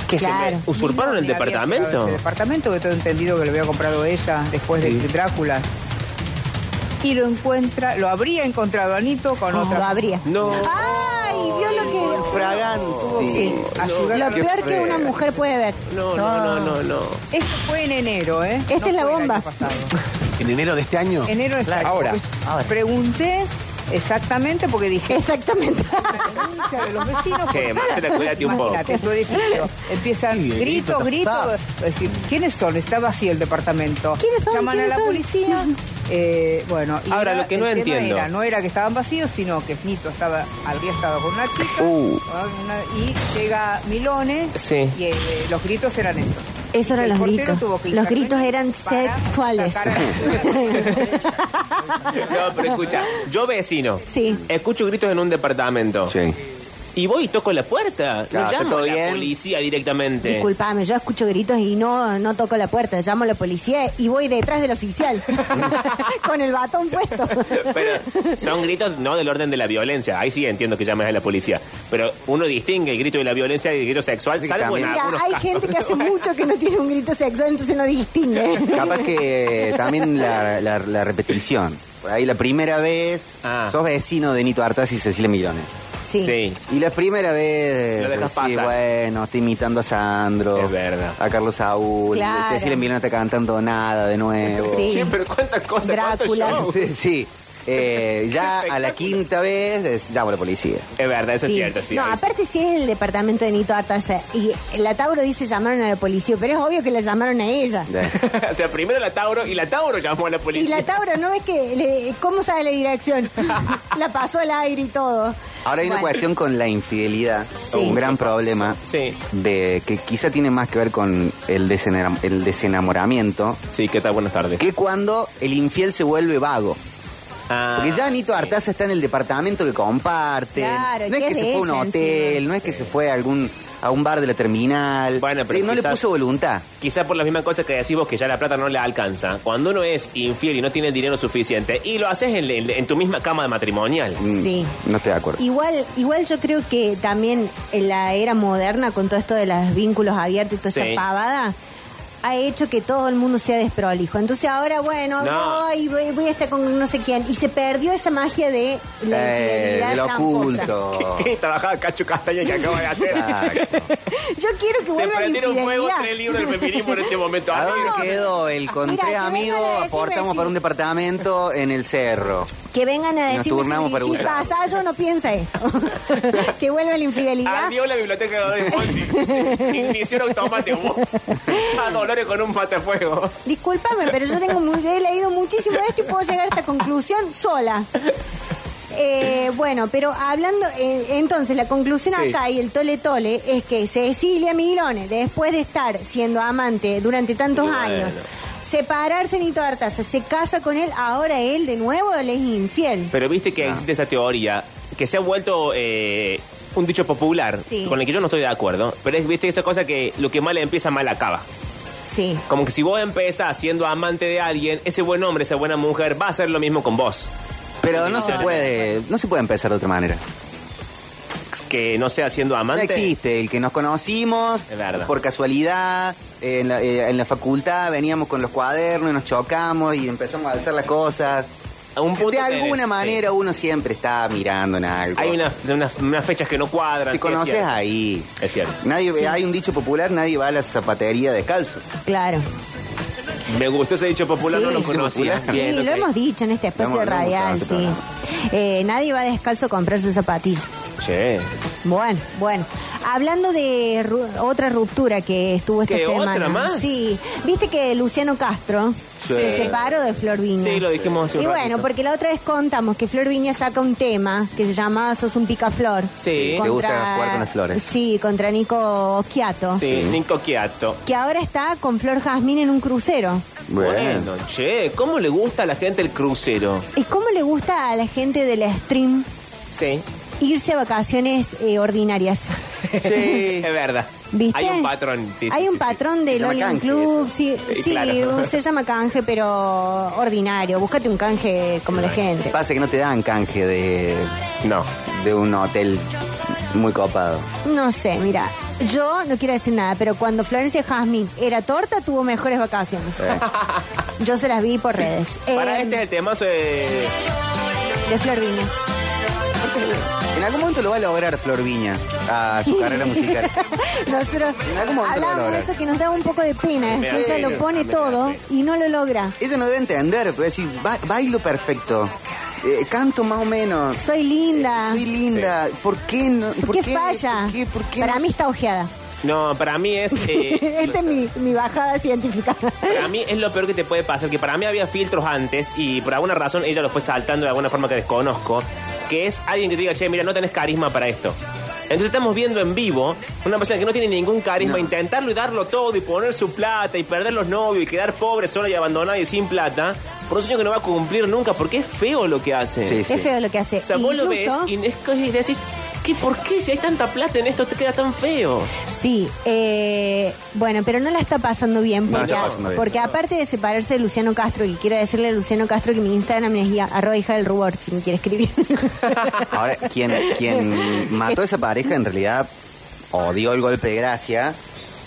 A: ¿Qué, se
B: Claro.
A: me- ¿Usurparon el
E: Había llegado
A: departamento?
E: ese departamento que tengo entendido que lo había comprado ella después de- de Drácula. Y lo encuentra, lo habría encontrado Anito con
B: No,
E: otra.
B: lo habría.
A: No.
B: ¡Ay! Vio lo que.
C: Fraganti.
B: Sí.
E: Ayudar a-
B: Lo peor que una mujer puede ver.
A: No, no, no, no, no.
E: Esto fue en enero, ¿eh?
B: Esta Este es la
E: fue el
B: bomba. [laughs]
E: año pasado.
D: ¿En enero de este
B: Eh,
D: año?
E: Enero es
A: ahora,
E: Pregunté exactamente porque dije
B: Exactamente.
E: denuncia de los
B: [laughs]
E: vecinos.
A: Che, Marcela, cuídate un poco.
E: Imagínate, tu edificio. Empiezan
D: Sí,
E: gritos,
D: grito,
E: gritos.
D: tazas.
E: Decir, ¿quiénes son? Está vacío el departamento.
B: ¿Quiénes son?
E: Llaman
B: ¿Quiénes
E: a la
B: son?
E: policía. Eh, bueno, y
A: Ahora,
E: era-
A: lo que no
E: el tema
A: entiendo.
E: Era, no era que estaban vacíos, sino que Nito estaba, habría estado con una chica.
A: Uh.
E: con una- y llega Milone.
A: Sí.
E: Y eh, los gritos eran esos.
B: Esos eran
E: El
B: los
E: portero
B: gritos.
E: tuvo que
B: Los gritos
E: intervenir
B: eran
E: para
B: sexuales.
E: sacar
B: [laughs]
E: a-
A: No, pero escucha, yo vecino.
B: Sí.
A: Escucho gritos en un departamento.
C: Sí.
A: Y voy y toco la puerta.
C: Claro,
A: no
C: ¿está
A: llamo
C: todo
A: a la
C: bien?
A: policía directamente.
B: Disculpame, yo escucho gritos y no, no toco la puerta. Llamo a la policía y voy detrás del oficial. [laughs] Con el batón puesto.
A: Pero son gritos no del orden de la violencia. Ahí sí entiendo que llames a la policía. Pero uno distingue el grito de la violencia y el grito sexual,
C: Sí,
A: salvo en
C: también.
B: Mira,
A: algunos
B: hay
A: casos.
B: gente que hace mucho que no tiene un grito sexual, entonces no distingue.
C: Capaz que eh, también la, la- la repetición. Por ahí la primera vez,
A: Ah.
C: sos vecino de Nito Artas y Cecilia Milones.
B: Sí.
A: Sí.
C: Y la primera vez, pues,
A: Lo dejas
C: sí,
A: pasar.
C: bueno, está imitando a Sandro,
A: Es verdad.
C: a Carlos Saúl,
B: Claro.
C: Cecilia Milone está cantando nada de nuevo.
B: Sí.
A: Che, pero cuántas cosas, cuánto
B: Drácula.
A: show.
C: Sí. Eh,
A: [laughs]
C: ya a la quinta vez, eh, llamo a la policía.
A: Es verdad, eso
B: Sí.
A: es cierto. Sí,
B: no,
A: ahí sí.
B: aparte si es el departamento de Nito Artaza y la Tauro dice llamaron a la policía, pero es obvio que la llamaron a ella.
C: Ya.
A: [laughs] o sea, primero la Tauro y la Tauro llamó a la
B: Y
A: policía.
B: la Tauro, ¿no ves que le- cómo sabe la dirección? la pasó al aire y todo.
C: Ahora hay una
B: Bueno,
C: cuestión con la infidelidad,
B: Sí.
C: un gran problema
A: Sí.
C: de que quizá tiene más que ver con el, desenam- el desenamoramiento,
A: Sí, ¿qué tal? Buenas tardes.
C: que cuando el infiel se vuelve vago.
A: Ah,
C: Porque ya Anito Artaza está en el departamento que comparten.
B: Claro,
C: no es
B: que
C: que
B: es
C: se
B: de
C: fue a un
B: ella
C: hotel,
B: encima.
C: no es que se fue a algún a un bar de la terminal.
A: Bueno, pero
C: Sí, no le
A: quizás-
C: puso voluntad.
A: Quizás por las mismas cosas que decís vos, que ya la plata no le alcanza. Cuando uno es infiel y no tiene el dinero suficiente, y lo haces en, en- en tu misma cama de matrimonial.
C: Mm,
B: Sí.
C: No estoy de acuerdo.
B: Igual, igual yo creo que también en la era moderna, con todo esto de los vínculos abiertos y toda
A: Sí.
B: esta pavada, ha hecho que todo el mundo sea desprolijo. Entonces ahora, bueno,
A: No.
B: voy, voy, voy a estar con no sé quién. Y se perdió esa magia de la
C: Eh,
B: infidelidad
C: de lo
B: tramposa.
C: oculto.
A: [laughs] ¿Qué, qué trabajaba Cacho Castaña que acaba de hacer?
C: [laughs] Exacto.
B: Yo quiero que
A: Se
B: vuelva la
A: prendieron fuego
B: infidelidad.
A: tres libros del feminismo en este momento.
C: ¿A
A: Amigo,
C: dónde quedó el con
B: Mira,
C: tres
B: que venga
C: amigos?
B: la de
C: Aportamos
B: decirme
C: para un
B: si-
C: departamento en el cerro.
B: Que vengan a
C: Nos
B: decirme
C: turnamos para
B: si Brigitte
C: usar.
B: Vasallo no piensa esto.
C: [laughs]
B: que vuelva la infidelidad.
A: Ardió la biblioteca de Dolores
C: [laughs]
A: Fonsi. Ignición automática. A Dolores con un matafuego.
B: Discúlpame, pero yo tengo muy- he leído muchísimo de esto y puedo llegar a esta conclusión sola. Eh, bueno, pero hablando, eh, entonces la conclusión
A: Sí.
B: acá y el tole tole es que Cecilia Milone, después de estar siendo amante durante tantos
A: Bueno.
B: años, separarse Nito Artaza, se casa con él, ahora él de nuevo le es infiel.
A: Pero viste que existe esa teoría que se ha vuelto eh, un dicho popular,
B: Sí.
A: con el que yo no estoy de acuerdo, pero es, viste esa cosa que lo que mal empieza, mal acaba.
B: Sí.
A: Como que si vos empezás siendo amante de alguien, ese buen hombre, esa buena mujer va a hacer lo mismo con vos.
C: Pero no se puede, no se puede empezar de otra manera.
A: Que no sea siendo
C: No
A: amante.
C: existe el que nos conocimos
A: Es verdad.
C: por casualidad, eh, en la, eh, en la facultad veníamos con los cuadernos y nos chocamos y empezamos a hacer las cosas.
A: A un punto
C: de
A: que-
C: alguna
A: sí.
C: manera uno siempre está mirando en algo.
A: Hay unas, unas- unas fechas que no cuadran.
C: Te
A: sí, es
C: conoces
A: cierto.
C: ahí.
A: Es cierto.
C: Nadie, Hay un dicho popular, nadie va a la zapatería descalzo.
B: Claro.
A: Me gustó ese dicho popular,
B: Sí.
A: no lo conocía.
C: Sí,
B: Sí,
A: Bien,
B: lo
A: ok.
B: hemos dicho en este espacio
C: Lo hemos- lo hemos
B: radial,
C: usado
B: sí.
C: en
B: Eh, nadie va descalzo a comprarse zapatillas.
A: Che.
B: Bueno, bueno. Hablando de ru- otra ruptura que estuvo esta
A: ¿Qué,
B: semana.
A: otra más?
B: Sí. Viste que Luciano Castro
A: Sí.
B: se separó de Flor Viña.
A: Sí, lo dijimos hace un
B: Y bueno,
A: ratito.
B: porque la otra vez contamos que Flor Viña saca un tema que se llama Sos un picaflor.
A: Sí.
C: Te gusta jugar con las flores.
B: Sí, contra Nico Occhiato.
A: Sí, Nico Quiato.
B: Que ahora está con Flor Jazmín en un crucero.
A: Bueno, che, ¿cómo le gusta a la gente el crucero?
B: ¿Y cómo le gusta a la gente de la stream
A: Sí.
B: irse a vacaciones eh, ordinarias?
A: [laughs] Sí. es verdad.
B: ¿Viste?
A: Hay un patrón. sí,
B: Hay
A: sí,
B: un
A: sí,
B: patrón de
C: Se llama
B: Lollian
C: canje
B: Club.
C: eso.
B: Sí,
A: Eh,
B: sí,
A: claro.
B: [laughs] se llama canje, pero ordinario. Búscate un canje como la gente.
C: Pasa que no te dan canje de,
A: sí. No.
C: de un hotel muy
A: [laughs]
C: copado.
B: No sé, mira. Yo no quiero decir nada, pero cuando Florencia Jasmine era torta, tuvo mejores vacaciones.
C: Eh.
B: Yo se las vi por redes.
A: [laughs] Para
B: Eh,
A: este eh, es el temazo de...
B: De
A: [laughs]
B: Flor Viña.
C: En algún momento lo va a lograr Flor Viña a
A: [laughs]
C: su carrera musical.
B: Nosotros
C: En algún momento lo
B: hablábamos de
C: logra.
B: eso que nos daba un poco de pena.
A: Me
B: que ella
A: alegro,
B: lo pone
A: me
B: todo
A: alegro.
B: y no lo logra.
C: Ella no debe entender, pero decir, "Ba- bailo perfecto, eh, canto más o menos,
B: Soy linda.
C: soy linda, ¿por qué no?
B: ¿Por Ah. qué falla?
C: ¿Por qué, por qué
B: Para
C: no-
B: mí está ojeada.
A: No, para mí es...
B: [laughs]
A: eh,
B: Esta Este es mi, mi bajada científica.
A: Para mí es lo peor que te puede pasar, que para mí había filtros antes y por alguna razón ella lo fue saltando de alguna forma que desconozco, que es alguien que te diga, che, mira, no tenés carisma para esto. Entonces estamos viendo en vivo una persona que no tiene ningún carisma, intentarlo y darlo todo y poner su plata y perder los novios y quedar pobre, sola y abandonada y sin plata, por un sueño que no va a cumplir nunca, porque es feo lo que hace.
C: Sí, sí.
B: Es feo lo que hace.
A: O sea, vos lo ves
B: Incluso-
A: y es que- y decís, ¿qué, ¿por qué si hay tanta plata en esto te queda tan feo?
B: Sí, eh, bueno, pero no la está pasando bien
C: No la
B: porque,
C: está pasando bien.
B: porque aparte de separarse de Luciano Castro, y quiero decirle a Luciano Castro que mi Instagram es ya- arroba hija del rubor, si me quiere escribir. [laughs]
C: Ahora, quien, quien mató a esa pareja en realidad o dio el golpe de gracia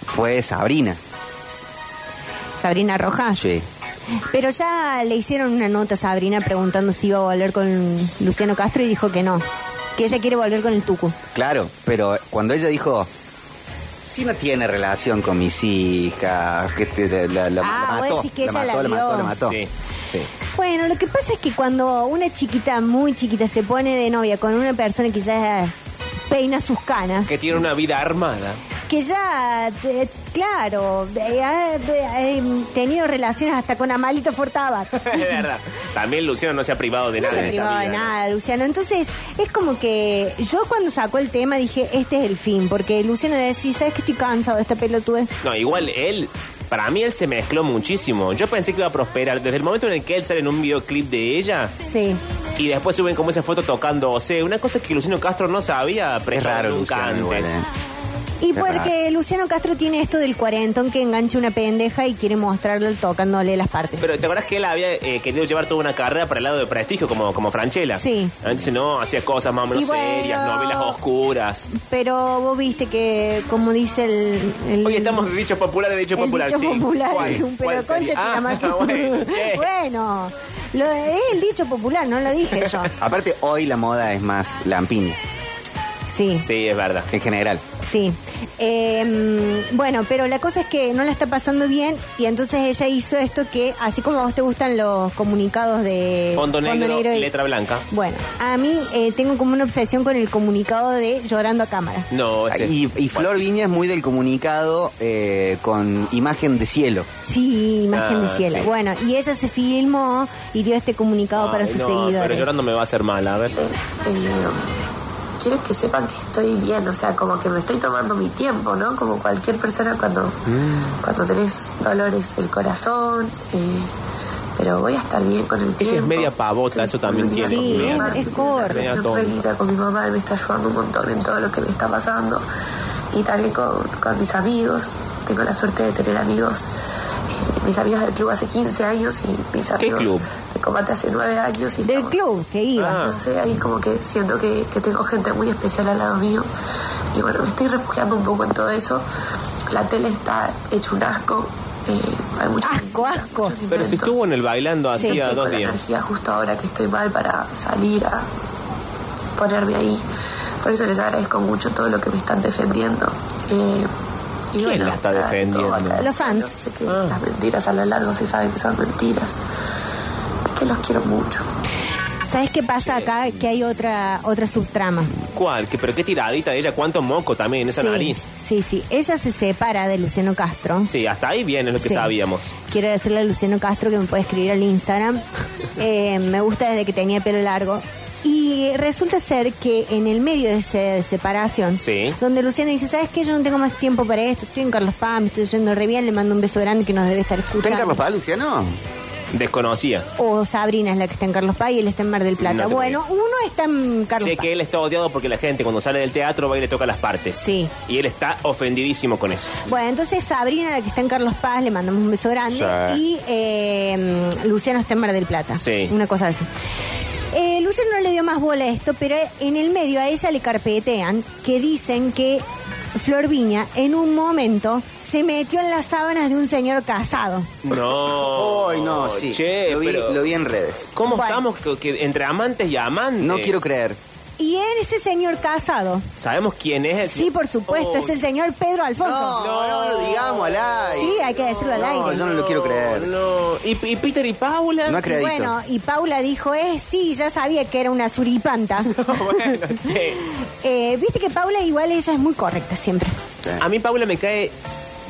C: fue Sabrina.
B: Sabrina Rojas.
C: Sí.
B: Pero ya le hicieron una nota a Sabrina preguntando si iba a volver con Luciano Castro y dijo que no, que ella quiere volver con el Tucu.
C: Claro, pero cuando ella dijo, si no tiene relación con mis hijas, que te- la, la- la-
B: Ah,
C: la
B: vos
C: mató,
B: decís que
C: la
B: ella la
C: mató, la mató,
B: vio.
C: la mató.
A: Sí.
C: Sí.
B: Bueno, lo que pasa es que cuando una chiquita muy chiquita se pone de novia con una persona que ya peina sus canas,
A: Que tiene una vida armada.
B: que ya, eh, claro, eh, ha eh, eh, tenido relaciones hasta con
A: [laughs]
B: Amalito Fortabat.
A: es verdad. También Luciano no se ha privado de
B: No
A: nada. en
B: se
A: esta
B: privaba de
A: vida, ¿no?
B: nada, Luciano. Entonces, es como que yo cuando sacó el tema dije, este es el fin, porque Luciano decía, ¿sabes que estoy cansado de esta pelotude?
A: No, igual él, para mí él se mezcló muchísimo. Yo pensé que iba a prosperar. Desde el momento en el que él sale en un videoclip de ella
B: Sí,
A: y después suben como esa foto tocando, o sea, una cosa que Luciano Castro no sabía
C: Es
A: prestar
C: raro,
A: nunca
C: Luciano,
A: antes.
C: igual, ¿eh?
B: Y
C: Es
B: porque
C: raro.
B: Luciano Castro tiene esto del cuarentón que engancha una pendeja y quiere mostrarle tocándole las partes.
A: Pero te acordás que él había eh, querido llevar toda una carrera para el lado de prestigio, como, como Franchella.
B: Sí.
A: Antes no, hacía cosas más o menos
B: Y bueno.
A: serias, novelas oscuras.
B: Pero vos viste que, como dice el... el-
A: Hoy estamos de dicho popular, de dicho
B: el
A: popular,
B: dicho
A: sí.
B: popular,
A: ¿Cuál?
B: un
A: ¿Cuál
B: pero
A: sería?
B: concha
A: Ah, [laughs]
B: tira más que- [laughs]
A: bueno, che.
B: Bueno, lo- es el dicho popular, no lo dije yo.
C: Aparte, hoy la moda es más lampiña,
B: Sí,
A: Sí, es verdad.
C: en general.
B: sí. Eh, bueno, pero la cosa es que no la está pasando bien y entonces ella hizo esto que, así como a vos te gustan los comunicados de
A: Fondo negro,
B: y-
A: letra blanca.
B: Bueno, a mí eh, tengo como una obsesión con el comunicado de llorando a cámara.
A: No, ese-
C: Y, y Flor Viña es muy del comunicado eh, con imagen de cielo.
B: Sí, imagen
A: Ah,
B: de cielo.
A: sí.
B: Bueno, y ella se filmó y dio este comunicado para
A: Ay,
B: sus
A: no,
B: seguidores.
A: Pero llorando me va a hacer mal, a ver.
K: eh, um, Quiero que sepan que estoy bien, o sea, como que me estoy tomando mi tiempo, ¿no? Como cualquier persona cuando,
A: Mm.
K: cuando tenés dolores del corazón, eh, pero voy a estar bien con el
A: Ella
K: tiempo.
A: es media pavota, eso también
K: Sí,
A: tiene.
B: Sí,
A: Mira.
B: es, es corta.
A: Media
K: Siempre
A: tonta.
K: linda con mi mamá y me está ayudando un montón en todo lo que me está pasando. Y también con, con mis amigos. Tengo la suerte de tener amigos. eh, mis amigos del club hace 15 años y mis amigos
A: club?
K: de combate hace 9 años. Y
B: Del
K: estamos-
B: club que iba.
A: Ah.
K: no sé, ahí como que siento que, que tengo gente muy especial al lado mío. Y bueno, me estoy refugiando un poco en todo eso. La tele está hecho un asco. eh, hay muchas
B: Asco,
K: mentiras,
B: asco.
K: muchos
A: Pero si
K: inventos.
A: estuvo en el bailando
B: Sí.
A: hacía
K: Estoy
A: dos
K: con la
A: días.
K: energía justo ahora que estoy mal para salir a ponerme ahí. Por eso les agradezco mucho todo lo que me están defendiendo. Eh, y
A: ¿Quién la está
K: nada,
A: defendiendo? Ah.
K: todo acá.
B: Los fans.
K: Sé que las mentiras a lo largo se saben que son mentiras. Es que los quiero mucho.
B: ¿Sabes qué pasa acá? Que hay otra otra subtrama.
A: ¿Cuál? ¿Qué- ¿Pero qué tiradita de ella? ¿Cuánto moco también en esa
B: sí,
A: nariz?
B: Sí, sí. Ella se separa de Luciano Castro.
A: Sí, hasta ahí viene lo que
B: Sí.
A: sabíamos.
B: Quiero decirle a Luciano Castro que me puede escribir al
A: [laughs]
B: Instagram. Eh, me gusta desde que tenía pelo largo. Y resulta ser que en el medio de esa separación,
A: Sí.
B: donde Luciano dice, ¿sabes qué? Yo no tengo más tiempo para esto, estoy en Carlos Paz, me estoy yendo re bien, le mando un beso grande que nos debe estar escuchando.
C: ¿Está en Carlos Paz, Luciano?
A: Desconocía.
B: O Sabrina es la que está en Carlos Paz y él está en Mar del Plata.
A: No te
B: bueno, uno está en Carlos
A: sé
B: Paz.
A: que él está odiado porque la gente cuando sale del teatro va y le toca las partes.
B: Sí.
A: Y él está ofendidísimo con eso.
B: Bueno, entonces Sabrina, la que está en Carlos Paz, le mandamos un beso grande.
C: Sí.
B: Y eh, Luciano está en Mar del Plata.
A: Sí.
B: Una cosa así. Eh, Luciano no le dio más bola a esto, pero en el medio a ella le carpetean que dicen que Flor Viña en un momento se metió en las sábanas de un señor casado.
A: No.
B: [laughs]
C: Hoy no, sí.
A: Oh, Che,
C: lo, vi,
A: pero-
C: lo vi en redes.
A: ¿Cómo
B: Bueno.
A: estamos que, que entre amantes y amantes?
C: No quiero creer.
B: Y ese señor casado,
A: ¿Sabemos quién es? el-
B: sí, por supuesto,
A: Oh,
B: es el señor Pedro Alfonso.
C: no, no lo digamos al aire.
B: Sí, hay que decirlo al
C: No,
B: aire.
C: yo no lo quiero creer.
A: No. ¿Y, y Peter y Paula?
C: No
B: Y
C: acredito.
B: bueno, y Paula dijo, eh, sí, ya sabía que era una
C: [laughs]
B: suripanta.
A: [laughs] bueno, che.
B: Eh, Viste que Paula igual ella es muy correcta siempre.
A: A mí Paula me cae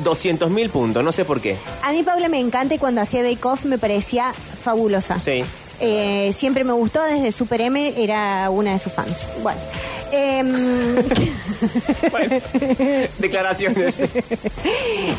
A: 200.000 mil puntos, no sé por
C: [laughs]
A: qué.
B: A mí Paula me encanta y cuando hacía Bake Off me parecía fabulosa.
A: Sí.
B: Eh, siempre me gustó, desde Super M era una de sus fans. Bueno.
A: [laughs]
B: Em,
A: Bueno, declaraciones.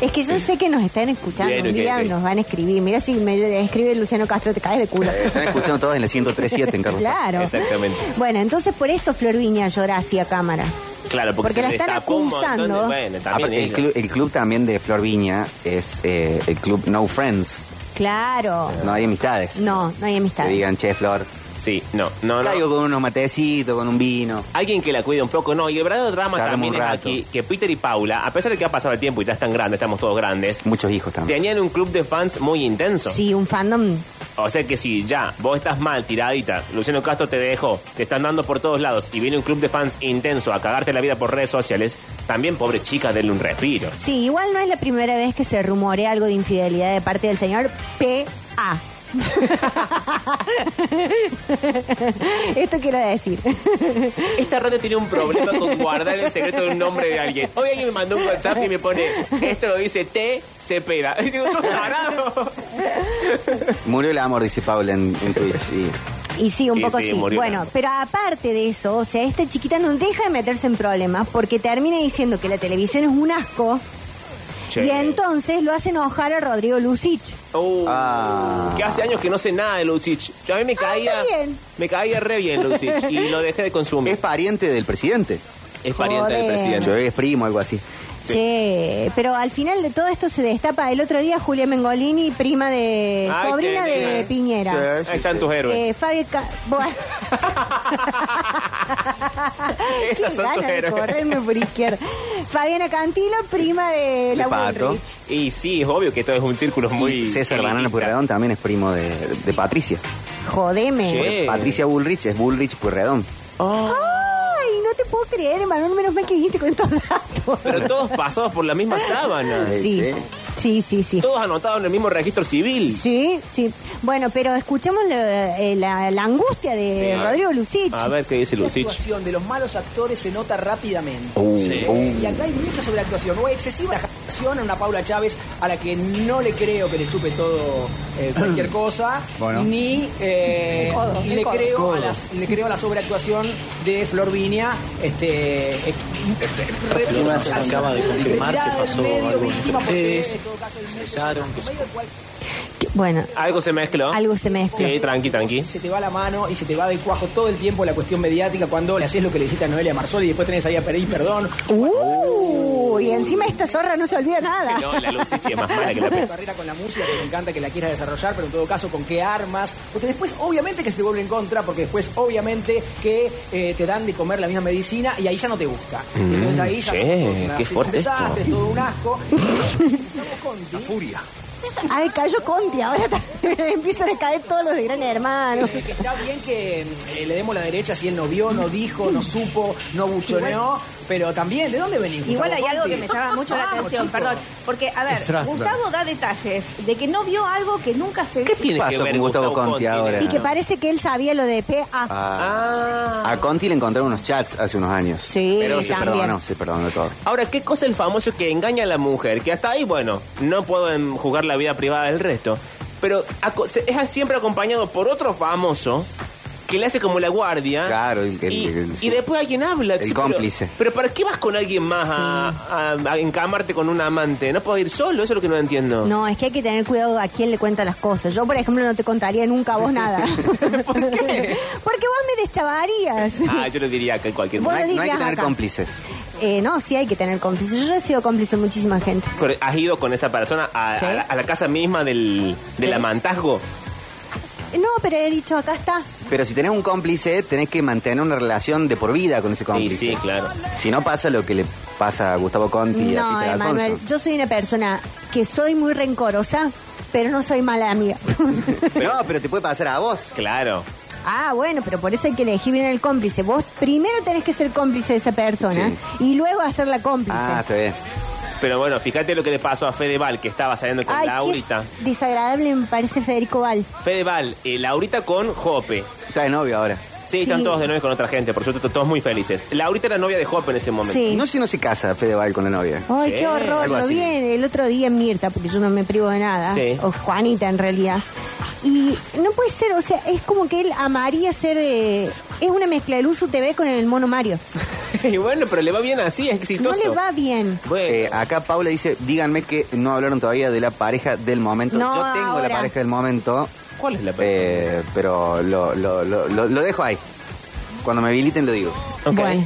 B: es que yo sé que nos están escuchando,
A: Bien,
B: un
A: ok,
B: día
A: ok.
B: nos van a escribir. Mira si me escribe Luciano Castro, te caes de culo.
C: Eh, Están escuchando todos en la 103.7 en Carlos Paz.
B: Claro.
A: Exactamente.
B: Bueno, entonces por eso Flor Viña llora así a cámara.
A: Claro, porque,
B: Porque
A: se
B: la
A: le
B: están
A: destapó un montón de-
B: acusando.
A: Bueno, también
C: Aparte, el,
A: ella.
C: club, el club también de Flor Viña es eh, el club No Friends.
B: Claro.
A: Eh,
C: No hay amistades.
B: No, no hay amistad.
C: Que digan, che, Flor,
A: Sí, no, no, no.
C: caigo con unos matecitos, con un vino.
A: Alguien que la cuide un poco, no. Y el verdadero drama
C: Charlemos
A: también
C: un
A: es
C: rato.
A: aquí que Peter y Paula, a pesar de que ha pasado el tiempo y ya están grandes, estamos todos grandes,
C: Muchos hijos también.
A: tenían un club de fans muy intenso.
B: Sí, un fandom
A: O sea que si ya vos estás mal, tiradita, Luciano Castro te dejó, te están dando por todos lados y viene un club de fans intenso a cagarte la vida por redes sociales, también, pobre chica, denle un respiro.
B: Sí, igual no es la primera vez que se rumorea algo de infidelidad de parte del señor P.A. Esto quiero decir.
A: Esta radio tiene un problema con guardar el secreto de un nombre de alguien. Hoy alguien me mandó un WhatsApp y me pone, esto lo dice T. Cepeda. Y digo, sos tarado.
C: Murió el amor, dice Paula en,
A: [laughs]
C: en Twitch. sí.
B: Y sí, un
A: Y
B: poco
A: sí,
B: sí.
A: murió
B: Bueno,
A: Nando.
B: pero aparte de eso, o sea, esta chiquita no deja de meterse en problemas porque termina diciendo que la televisión es un asco
A: Che.
B: y entonces lo hace enojar a Rodrigo Lucich.
A: Uh,
C: Ah.
A: Que hace años que no sé nada de Lucich. Yo a mí me caía.
B: Ah, está bien.
A: Me caía re bien Lucich y lo dejé de
C: Es
A: consumir.
C: pariente del presidente.
A: Es, pariente del
B: Joder.
A: presidente.
C: Yo es primo, algo así.
B: Che, pero al final de todo esto se destapa. El otro día Julia Mengolini, prima de...
A: Ay,
B: sobrina
A: qué
B: de
A: lindo.
B: Piñera.
A: Ahí están tus héroes.
B: Eh, Fabio Ca- Bueno.
A: Esas son
B: Qué
A: tus
B: ganas de
A: héroes.
B: correrme por izquierda. Fabiana Cantilo, prima de la
C: Pato.
B: Bullrich.
A: Y sí, es obvio que esto es un círculo muy.
C: Y César Banana Purredón también es primo de, de Patricia.
B: Jodeme.
A: Che.
C: Patricia Bullrich es Bullrich Purredón.
A: Oh.
B: Ay, no te puedo creer, Manuel, menos mal que dijiste con estos datos.
A: Pero todos pasados por la
B: [laughs]
A: misma sábana.
B: Sí, sí, sí, sí.
A: Todos anotados en el mismo registro civil.
B: Sí, sí. Bueno, pero escuchamos la, eh, la- la angustia de
A: Sí.
B: Rodrigo Lucich.
A: A ver qué dice
L: La
A: Lucich.
L: actuación de los malos actores se nota rápidamente.
M: Oh,
C: Uh,
A: Sí.
C: uh.
L: Y acá hay mucha sobreactuación. O excesiva actuación a una Paula Chávez a la que no le creo que le chupe todo eh,
M: [clears throat]
L: cualquier cosa.
C: Bueno.
L: Ni eh,
E: El codo, el
L: le,
E: codo.
L: creo a
E: Codo.
L: las- le creo a la sobreactuación de Flor Viña. Este, eh,
M: Lima se acaba de confirmar que pasó algo entre ustedes.
L: cesaron, que
B: Que- Bueno,
A: Algo se mezcló.
B: algo se mezcla.
A: Sí, tranqui,
B: [laughs]
A: tranqui.
L: se te va la mano y se te va del cuajo todo el tiempo la cuestión mediática cuando le haces lo que le hiciste a Noelia Marzoli y después tenés ahí a pedir perdón.
B: Uh, y encima esta zorra no se olvida nada.
L: No, la Lucichi es más mala que
B: [laughs]
L: la carrera con la música, que me encanta que la quieras desarrollar, pero en todo caso, ¿con qué armas? Porque después, obviamente, que se te vuelve en contra, porque después, obviamente, que eh, te dan de comer la misma medicina y ahí ya no te gusta.
A: Mm,
L: Entonces ahí ya
A: che,
L: no te
A: qué
L: gusta.
A: fuerte
L: es un desastre,
A: esto.
L: todo un
A: [laughs]
L: asco. La furia.
B: Ay, cayó Conti, ahora [laughs] también empiezan a caer todos los de Gran Hermano.
L: Eh, que está bien que eh, le demos la derecha si él no vio, no dijo, no supo, no buchoneó, pero también, ¿de dónde venimos?
N: Igual hay
L: Gustavo
N: algo que
L: Conti?
N: me llama mucho la
L: Vamos,
N: atención,
L: chicos.
N: perdón. Porque, a ver,
L: Strasberg.
N: Gustavo da detalles de que no vio algo que nunca se vio.
C: ¿Qué pasó con Gustavo, Conti, ahora?
B: Y que parece que él sabía lo de PA.
C: Ah. A Conti le encontraron unos chats hace unos años.
B: Sí,
C: Pero se
B: también.
C: perdonó, se perdonó todo.
A: Ahora, ¿qué cosa el famoso que engaña a la mujer? Que hasta ahí, bueno, no puedo em, juzgar la vida privada del resto. Pero aco- se- es siempre acompañado por otro famoso que le hace como la guardia.
C: Claro, el- el-
A: y,
C: el-
A: y después alguien habla.
C: El
A: Sí, pero-
C: cómplice.
A: Pero, ¿para qué vas con alguien más a, a- a encamarte con un amante? No puedo ir solo, eso es lo que no entiendo.
B: No, es que hay que tener cuidado a quién le cuenta las cosas. Yo, por ejemplo, no te contaría nunca a vos nada. ¿Por qué? Porque vos me deschavarías.
A: Ah, yo le diría que en cualquier
B: Vos
A: momento.
B: lo
C: No hay que
B: dirías
C: tener
B: acá.
C: cómplices.
B: Eh, no, sí hay que tener cómplices. Yo he sido cómplice de muchísima gente.
A: Pero, ¿Has ido con esa persona a,
B: Sí.
A: a la, a la casa misma del, del amantazgo?
B: No, pero he dicho, acá está.
C: Pero si tenés un cómplice, tenés que mantener una relación de por vida con ese cómplice.
A: sí, claro.
C: Si no pasa lo que le pasa a Gustavo Conti y a
B: No,
C: Peter Alfonso.
B: Emanuel, [laughs] yo soy una persona que soy muy rencorosa, pero no soy mala amiga.
C: No, pero te puede pasar a vos.
A: Claro.
B: Ah, bueno, pero por eso hay que elegir bien el cómplice. Vos primero tenés que ser cómplice de esa persona y luego hacerla cómplice.
C: Ah, está bien.
A: Pero bueno, fíjate lo que le pasó a Fedeval, que estaba saliendo con
B: Ay,
A: Laurita.
B: qué desagradable me parece Federico Val.
A: Fedeval, eh, Laurita con Jope.
C: Está de novio ahora.
A: Sí, están
B: Sí.
A: todos de novio con otra gente, por suerte todos muy felices. Laurita era novia de Jope en ese momento.
B: Sí.
C: No sé si no se casa Fedeval con la novia.
B: Ay,
A: Sí,
B: qué horror.
C: algo
B: Lo
C: así.
B: vi el otro día en Mirta, porque yo no me privo de nada.
A: Sí.
B: O Juanita, en realidad. Y no puede ser, o sea, es como que él amaría ser... eh, es una mezcla de Luzu TV con el mono Mario.
A: [laughs] y bueno, pero le va bien así, es
B: No
A: exitoso.
B: le va bien.
A: Bueno,
C: Eh, acá Paula dice, díganme que no hablaron todavía de la pareja del momento.
B: No,
C: Yo tengo
B: ahora.
C: la pareja del momento,
A: ¿cuál es la pregunta?
C: eh, pero lo, lo- lo- lo- lo dejo ahí. Cuando me habiliten lo digo.
A: Ok.
B: Bueno.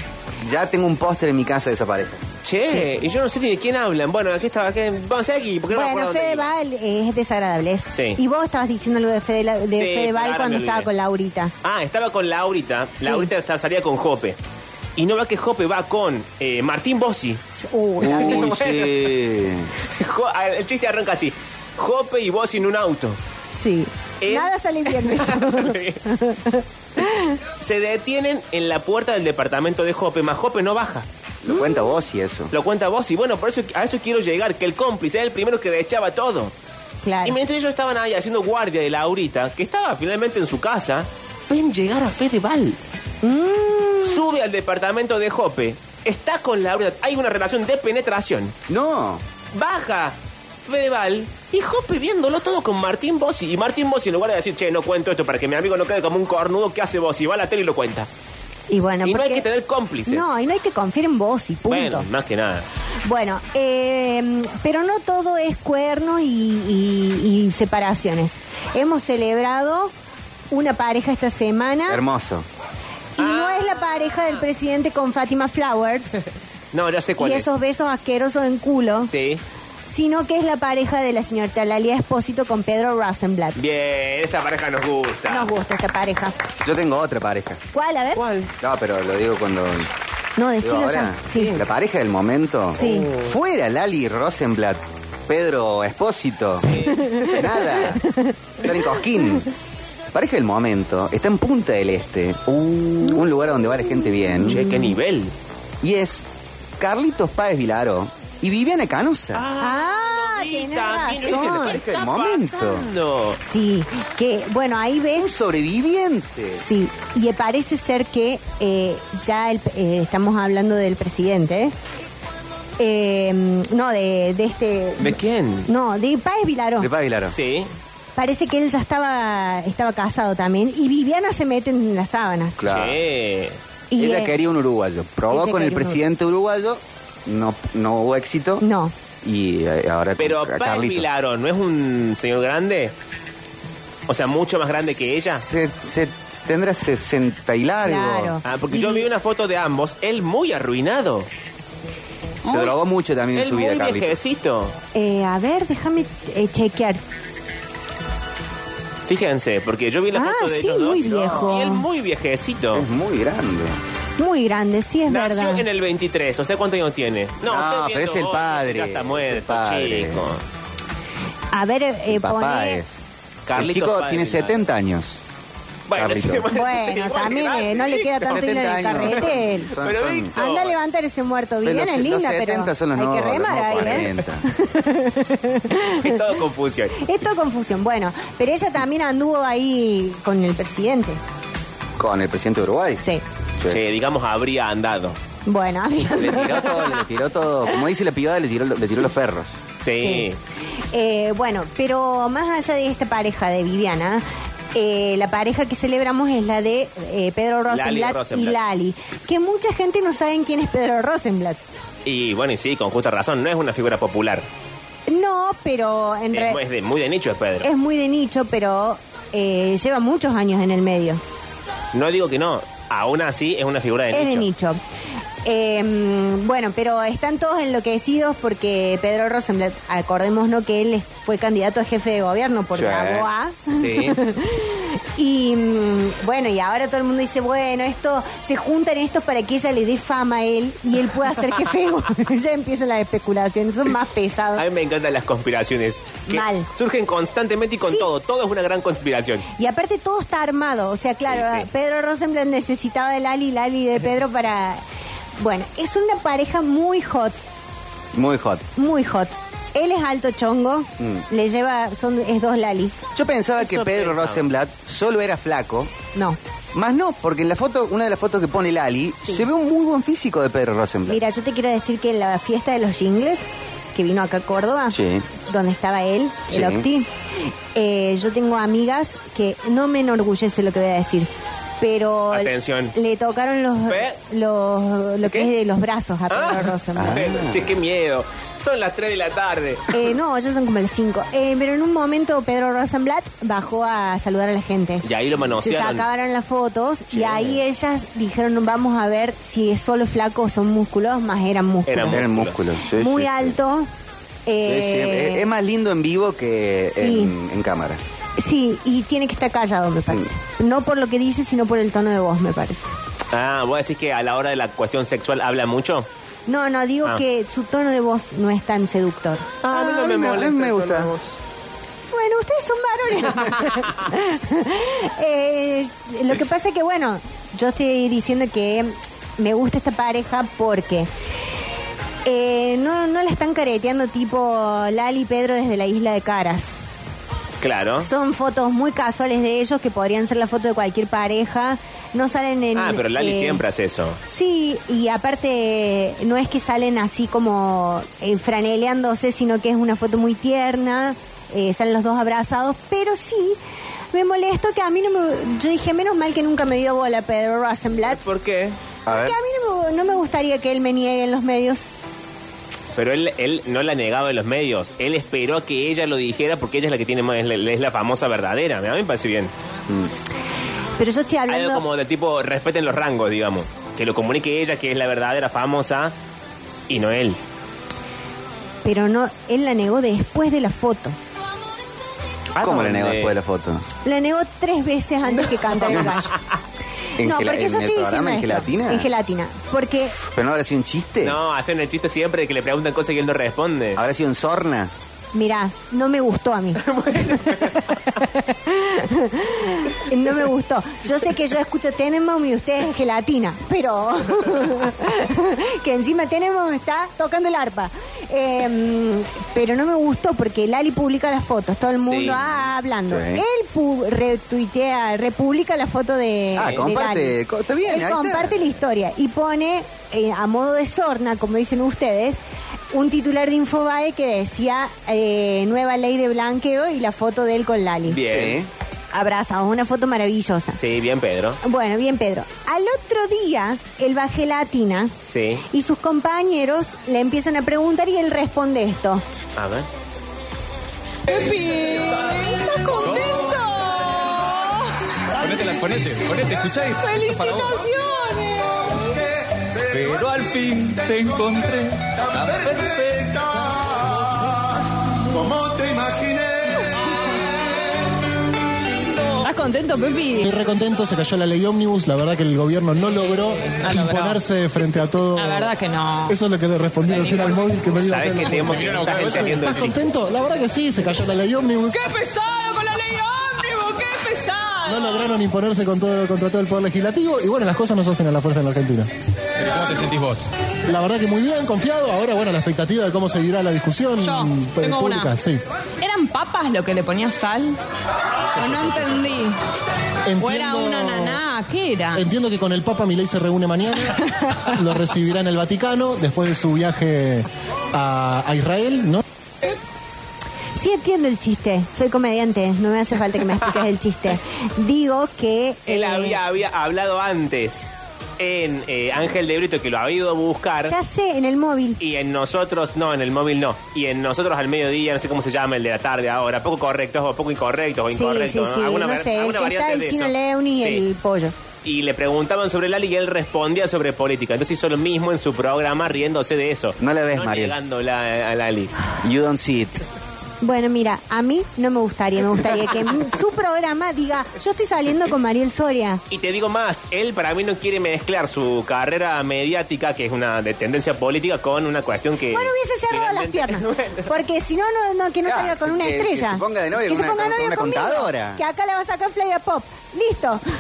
C: Ya tengo un póster en mi casa de esa pareja.
A: Che, y yo no sé ni de quién hablan. Bueno, aquí estaba, aquí, vamos aquí, porque no me acuerdo
B: Bueno,
A: dónde
B: Fede
A: iba.
B: Val eh, es desagradable. es.
A: Sí.
B: Y vos estabas diciendo algo de Fede, la- de
A: Sí,
B: Fede Val
A: ahora
B: cuando
A: me
B: estaba
A: olvidé.
B: con Laurita.
A: Ah, estaba con Laurita. Laurita estaba- salía con Jope. Y no va que Jope va con eh, Martín Bossi. [laughs]
B: Uh, la-
C: Uy,
A: bueno.
C: sí.
A: Jo- el chiste arranca así. Jope y Bossi en un auto.
B: sí.
A: Él-
B: Nada sale bien de eso.
A: [laughs] Se detienen en la puerta del departamento de Jope, más Jope no baja.
C: [laughs] Lo cuenta vos y eso.
A: Lo cuenta vos y bueno, por eso a eso quiero llegar, que el cómplice era el primero que echaba todo. Y
B: claro.
A: mientras ellos estaban ahí haciendo guardia de Laurita, que estaba finalmente en su casa, ven llegar a Fedeval. Sube al departamento de Jope, está con Laurita, hay una relación de penetración.
C: No.
A: Baja Fedeval y Jope viéndolo todo con Martín Bossi. Y Martín Bossi, en lugar de decir, che, no cuento esto para que mi amigo no quede como un cornudo, ¿qué hace Bossi? Va a la tele y lo cuenta.
B: Y bueno,
A: y no hay
B: porque-
A: que tener cómplices.
B: No, y no hay que confiar en vos y punto.
A: bueno, más que nada.
B: Bueno, eh, pero no todo es cuernos y, y- y separaciones. Hemos celebrado una pareja esta semana
C: Hermoso.
B: y no es la pareja del presidente con Fátima Flowers,
A: No, ya sé cuál
B: y
A: es.
B: esos besos asquerosos en culo,
A: Sí.
B: sino que es la pareja de la señorita Lalia Espósito con Pedro Rosenblatt.
A: Bien, esa pareja nos gusta.
B: Nos gusta esta pareja.
C: Yo tengo otra pareja.
B: ¿Cuál? A ver.
C: No, pero lo digo cuando.
B: No,
C: digo
B: decilo
C: ahora.
B: ya. Sí.
C: La pareja del momento.
B: Sí.
C: Fuera Lali Rosenblatt, Pedro Espósito. Nada. Karen Cosquín. Pareja del momento. Está en Punta del Este. Un lugar donde va la gente bien.
A: Che, qué nivel.
C: Y es Carlitos Páez Vilaro y Viviana Canosa.
B: Ah, tenés
C: Esa es la
B: razón.
C: pareja del momento.
B: Sí, que bueno, ahí ves... Un
C: sobreviviente.
B: Sí, y parece ser que eh, ya el- eh, estamos hablando del presidente, ¿eh? Eh, no, de, de este...
A: ¿De quién?
B: No, de Páez Vilaró.
C: De Páez Vilaro.
A: Sí.
B: Parece que él ya estaba, estaba casado también. Y Viviana se mete en las sábanas.
C: Claro.
B: Y,
C: Ella
B: eh,
C: quería un uruguayo. Probó
B: ella
C: con el
B: quería un
C: presidente uruguayo. No, no hubo éxito.
B: No.
C: Y eh, ahora
A: Pero
C: con
A: Paz
C: Carlitos.
A: Vilaro, ¿no es un señor grande? O sea, mucho más grande que ella.
C: Se, se- tendrá 60 y largo.
A: Claro. Ah, porque yo vi una foto de ambos, él muy arruinado.
C: Se drogó mucho también en
A: él
C: su vida,
A: muy
C: Carlitos.
A: viejecito.
B: eh, a ver, déjame eh, chequear.
A: Fíjense, porque yo vi la
B: Ah,
A: foto de
B: sí,
A: ellos dos.
B: muy viejo.
A: Y él muy viejecito.
C: Es muy grande.
B: Muy grande, sí es
A: Nació
B: verdad.
A: en el 23, o sea, ¿cuánto año tiene? estoy
C: No, pero
A: viendo
C: es el
A: vos,
C: padre,
A: Ya está
C: es el
A: muerto,
C: padre.
A: chico.
B: A ver, eh,
C: Papá
B: pone...
C: es. el chico tiene 70 años.
A: Bueno,
C: Carlitos.
A: sí, bueno.
B: Bueno, también eh, no le
A: [laughs]
B: queda
C: [laughs]
B: tanto hilo en
C: 70
B: el
C: años.
B: carretel.
C: Son-
A: Pero
C: son-
A: Víctor.
B: Anda a levantar ese muerto.
C: Pero
B: Viviana
C: los-
B: es linda,
C: los 70
B: pero
C: son los nuevos,
B: hay que remar
C: los nuevos
B: ahí, ¿eh?
C: 40.
A: Es todo confusión.
B: Es todo confusión. Bueno, pero ella también anduvo ahí con el presidente.
C: Con el presidente de Uruguay.
B: Sí.
A: Sí, digamos, habría andado.
B: Bueno, [laughs]
C: Le tiró todo, le tiró todo. Como dice la pibada, le tiró, le tiró los perros.
A: Sí.
B: eh, bueno, pero más allá de esta pareja de Viviana, eh, la pareja que celebramos es la de eh, Pedro
A: Lali
B: Rosenblatt,
A: Rosenblatt.
B: y Lali. Que mucha gente no sabe quién es Pedro Rosenblatt.
A: Y bueno, y sí, con justa razón, no es una figura popular.
B: No, pero en
A: Es,
B: realidad
A: es de, muy de nicho, es Pedro.
B: es muy de nicho, pero eh, lleva muchos años en el medio.
A: No digo que no, aún así es una figura de
B: es
A: nicho.
B: de nicho. Eh, bueno, pero están todos enloquecidos porque Pedro Rosenblatt, acordémonos que él es- fue candidato a jefe de gobierno por
A: Sí.
B: la BOA. [laughs]
A: Sí.
B: y mm, bueno, y ahora todo el mundo dice, bueno, esto se juntan estos para que ella le dé fama a él y él pueda ser jefe de gobierno. [laughs] ya empiezan las especulaciones, son más pesados.
A: A mí me encantan las conspiraciones. Que
B: Mal.
A: Surgen constantemente y con todo. Todo es una gran conspiración.
B: Y aparte todo está armado, o sea, claro,
A: Sí, sí.
B: Pedro Rosenblatt necesitaba de Lali,
A: [laughs]
B: Lali de Pedro para... Bueno, es una pareja muy hot.
C: Muy hot.
B: Muy hot. Él es alto chongo,
C: Mm.
B: le lleva, son, es dos Lali.
C: Yo pensaba que Pedro
B: pensaba.
C: Rosenblatt solo era flaco.
B: No.
C: Más no, porque en la foto, una de las fotos que pone Lali, se ve un muy buen físico de Pedro Rosenblatt.
B: Mira, yo te quiero decir que en la fiesta de los jingles, que vino acá a Córdoba,
C: Sí.
B: donde estaba él, el
C: Sí.
B: Octi, eh, yo tengo amigas que no me enorgullece lo que voy a decir, pero
A: Atención.
B: le tocaron los, los lo que es de los brazos a Pedro Rosenblatt.
A: Pero, Che, qué miedo. Son las 3 de la tarde.
C: Ah.
B: Eh, no, ellos son como las cinco. Eh, pero en un momento Pedro Rosenblatt bajó a saludar a la gente.
A: Y ahí lo
B: Se
A: manosearon.
B: sacaron las fotos y ahí ellas dijeron, vamos a ver si es solo flaco o son músculos, más eran músculos.
C: Eran músculos. sí,
B: Muy
C: sí.
B: alto.
C: Sí, sí,
B: eh,
C: Es, es más lindo en vivo que
B: Sí.
C: en, en cámara.
B: sí, y tiene que estar callado, me parece.
C: Mm.
B: No por lo que dice, sino por el tono de voz, me parece.
A: Ah, ¿vos decís que a la hora de la cuestión sexual habla mucho?
B: No, no, digo
A: Ah.
B: que su tono de voz no es tan seductor.
A: Ah, a mí no
C: me molesta el tono de
B: Bueno, ustedes son varones. Eh, lo que pasa es que, bueno, yo estoy diciendo que me gusta esta pareja porque eh, no, no la están careteando tipo Lali y Pedro desde la isla de Caras.
A: Claro.
B: Son fotos muy casuales de ellos que podrían ser la foto de cualquier pareja. No salen en...
A: Ah, pero Lali
B: eh,
A: siempre hace eso.
B: Sí, y aparte no es que salen así como eh, franeleándose, sino que es una foto muy tierna, eh, salen los dos abrazados, pero sí me molesto que a mí no me... Yo dije, menos mal que nunca me dio bola Pedro Rosenblatt.
A: ¿Por qué?
C: A
B: Porque a mí no me, no me gustaría que él me niegue en los medios.
A: Pero él, él no la negaba en los medios. Él esperó que ella lo dijera porque ella es la que tiene más, es la, es la famosa verdadera. A mí me parece bien.
B: Pero yo estoy hablando...
A: Algo como del tipo, respeten los rangos, digamos. Que lo comunique ella, que es la verdadera famosa. y no él.
B: Pero no, él la negó después de la foto.
A: Ah,
C: ¿Cómo le negó
A: ¿dónde?
C: después de la foto?
B: La negó tres veces antes que cantara
C: [laughs]
B: el gallo.
C: ¿En
B: No,
C: gela-
B: porque yo
C: en el
B: estoy diciendo
C: programa, en
B: esto.
C: gelatina?
B: En gelatina. Porque
C: ¿Pero no habrá sido un chiste?
A: No, hacen el chiste siempre de que le preguntan cosas y él no responde.
C: ¿Habrá sido un sorna?
B: Mirá, no me gustó a mí. [laughs] no me gustó. Yo sé que yo escucho Tenemos y ustedes gelatina, pero [laughs] que encima Tenemos está tocando el arpa. Eh, pero no me gustó porque Lali publica las fotos, todo el mundo
C: Sí.
B: ah, hablando.
C: Sí.
B: Él pu- retuitea, republica la foto de,
C: Ah,
B: de
C: comparte,
B: Lali.
C: co- está bien,
B: Él
C: ahí está.
B: comparte la historia y pone eh, a modo de sorna, como dicen ustedes, un titular de Infobae que decía eh, nueva ley de blanqueo y la foto de él con Lali.
A: Bien.
B: Abrazados, una foto maravillosa.
A: Sí, bien, Pedro.
B: Bueno, bien Pedro. Al otro día, él va a gelatina
A: Sí.
B: y sus compañeros le empiezan a preguntar y él responde esto.
A: A ver.
G: Pepe, ¿estás contento?
M: Ponete, ponete, ponete, ¿escucháis?
G: ¡Felicitaciones!
M: Pero al fin te encontré tan perfecta como te
G: ¿Estás contento, Pepi?
O: Estoy re contento, se cayó la ley ómnibus. La verdad que el gobierno no logró
G: No logró.
O: imponerse frente a todo.
G: La verdad que no.
O: Eso es lo que le respondí recién al móvil que me dio
A: Sabes que tenemos que esta gente haciendo el
O: ¿Estás
A: chiste.
O: contento? La verdad que sí, se cayó la ley ómnibus.
G: ¡Qué pesado con la ley ómnibus! ¡Qué pesado!
O: No lograron imponerse con todo, contra todo el poder legislativo. Y bueno, las cosas no se hacen a la fuerza en la Argentina.
M: ¿Cómo te sentís vos?
O: La verdad que muy bien, confiado. Ahora, bueno, la expectativa de cómo seguirá la discusión
G: Yo,
O: eh,
G: tengo
O: pública.
G: una.
O: Sí.
G: ¿Eran papas lo que le ponía sal? O no entendí. ¿O era
O: Entiendo-
G: una naná? ¿Qué era?
O: Entiendo que con el Papa Milei se reúne mañana, lo recibirá en el Vaticano después de su viaje a, a Israel, ¿no?
B: Sí entiendo el chiste, soy comediante, no me hace falta que me expliques el chiste. Digo que...
A: Él
B: eh,
A: había, había hablado antes en eh, Ángel de Brito que lo ha ido a buscar.
B: Ya sé, en el móvil.
A: Y en nosotros, no, en el móvil no. Y en nosotros al mediodía, no sé cómo se llama el de la tarde ahora, poco correctos o poco incorrectos o
B: Sí,
A: incorrectos.
B: sí,
A: ¿no?
B: sí,
A: Alguna,
B: no
A: var-
B: sé, el
A: alguna
B: que está
A: variante
B: el
A: de
B: chino
A: eso.
B: Leoni y
A: Sí.
B: el pollo.
A: Y le preguntaban sobre Lali y él respondía sobre política. Entonces hizo lo mismo en su programa riéndose de eso. No la ves,
C: Mariel.
A: Negándola a Lali.
C: You don't see it.
B: Bueno, mira, a mí no me gustaría, me gustaría
A: [laughs]
B: que en su programa diga, yo estoy saliendo con Mariel Soria.
A: Y te digo más, él para mí no quiere mezclar su carrera mediática, que es una de tendencia política, con una cuestión que...
B: Bueno, hubiese cerrado las piernas.
A: [laughs]
B: Porque si no, no, no, que no
C: Claro,
B: salga con
C: sí,
B: una
C: que- que
B: estrella.
C: se ponga de
B: Que
C: novia con
B: se
C: una-
B: ponga
C: con
B: novia
C: una
B: conmigo,
C: contadora.
B: Que acá la va a sacar Flavia Pop. Listo.
A: [laughs]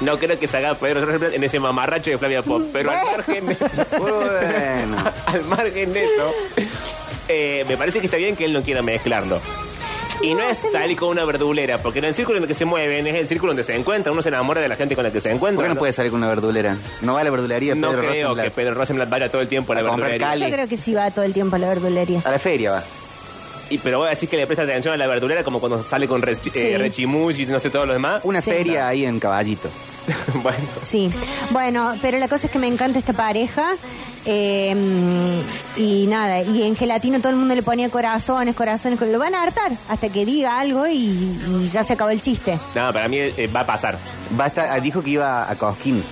A: No creo que salga Pedro Rosenblatt en ese mamarracho de Flavia
B: Mm,
A: Pop, pero al margen de eso, [laughs] al margen de eso eh, me parece que está bien que él no quiera mezclarlo. Y no es salir con una verdulera, porque en el círculo en el que se mueven es el círculo donde se encuentra, uno se enamora de la gente con la que se encuentra.
C: ¿Por qué no puede salir con una verdulera? No va a la verdulería,
A: No
C: Pedro
A: creo
C: Rosenblatt.
A: que Pedro Rosenblatt vaya todo el tiempo a la
C: A comprar
A: verdulería.
B: Yo creo que sí va todo el tiempo a la verdulería.
C: A la feria va.
A: Y pero voy a decir que le presta atención a la verdulera como cuando sale con rechi- eh, rechimush y no sé todo lo demás.
C: Una
B: Sí.
C: feria ahí en Caballito.
A: [laughs] bueno.
B: Sí. Bueno, pero la cosa es que me encanta esta pareja. eh, y nada, y en gelatina todo el mundo le ponía corazones, corazones, cor- lo van a hartar hasta que diga algo y, y ya se acabó el chiste.
A: No, para mí eh, va a pasar.
C: Va a estar- ah, dijo que iba a Cosquín.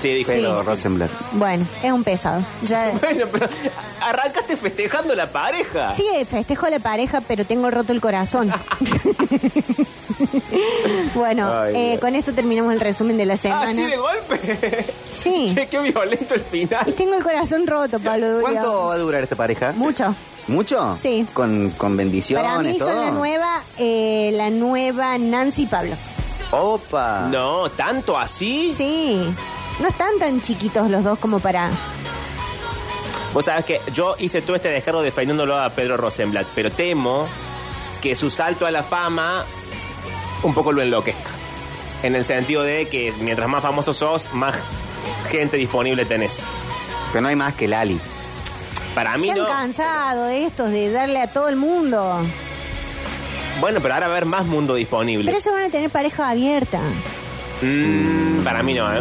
A: Sí, dijo.
C: Pedro
B: Sí.
C: Rosenblatt.
B: Bueno, es un pesado. Ya,
A: [laughs] Bueno, pero arrancaste festejando la pareja.
B: sí, festejo a la pareja, pero tengo roto el corazón. [laughs] bueno,
A: Ay,
B: eh,
A: Dios.
B: con esto terminamos el resumen de la semana.
A: Así Ah, de golpe.
B: Sí.
A: [laughs] Che, qué violento el final.
B: Tengo el corazón roto, Pablo Durio.
C: ¿Cuánto va a durar esta pareja?
B: Mucho.
C: ¿Mucho?
B: Sí.
C: Con, con bendiciones,
B: Para mí
C: todo.
B: son la nueva, eh, la nueva Nancy y Pablo.
C: Opa.
A: No, tanto así.
B: Sí. No están tan chiquitos los dos como para.
A: Vos sabés que yo hice todo este descargo defendiéndolo a Pedro Rosenblatt, pero temo que su salto a la fama un poco lo enloquezca. En el sentido de que mientras más famoso sos, más gente disponible tenés.
C: Pero no hay más que Lali.
A: Para mí
B: Se han
A: no.
B: cansado estos de darle a todo el mundo.
A: Bueno, pero ahora va a haber más mundo disponible.
B: Pero ellos van a tener pareja abierta.
A: Mm, para mí no, ¿eh?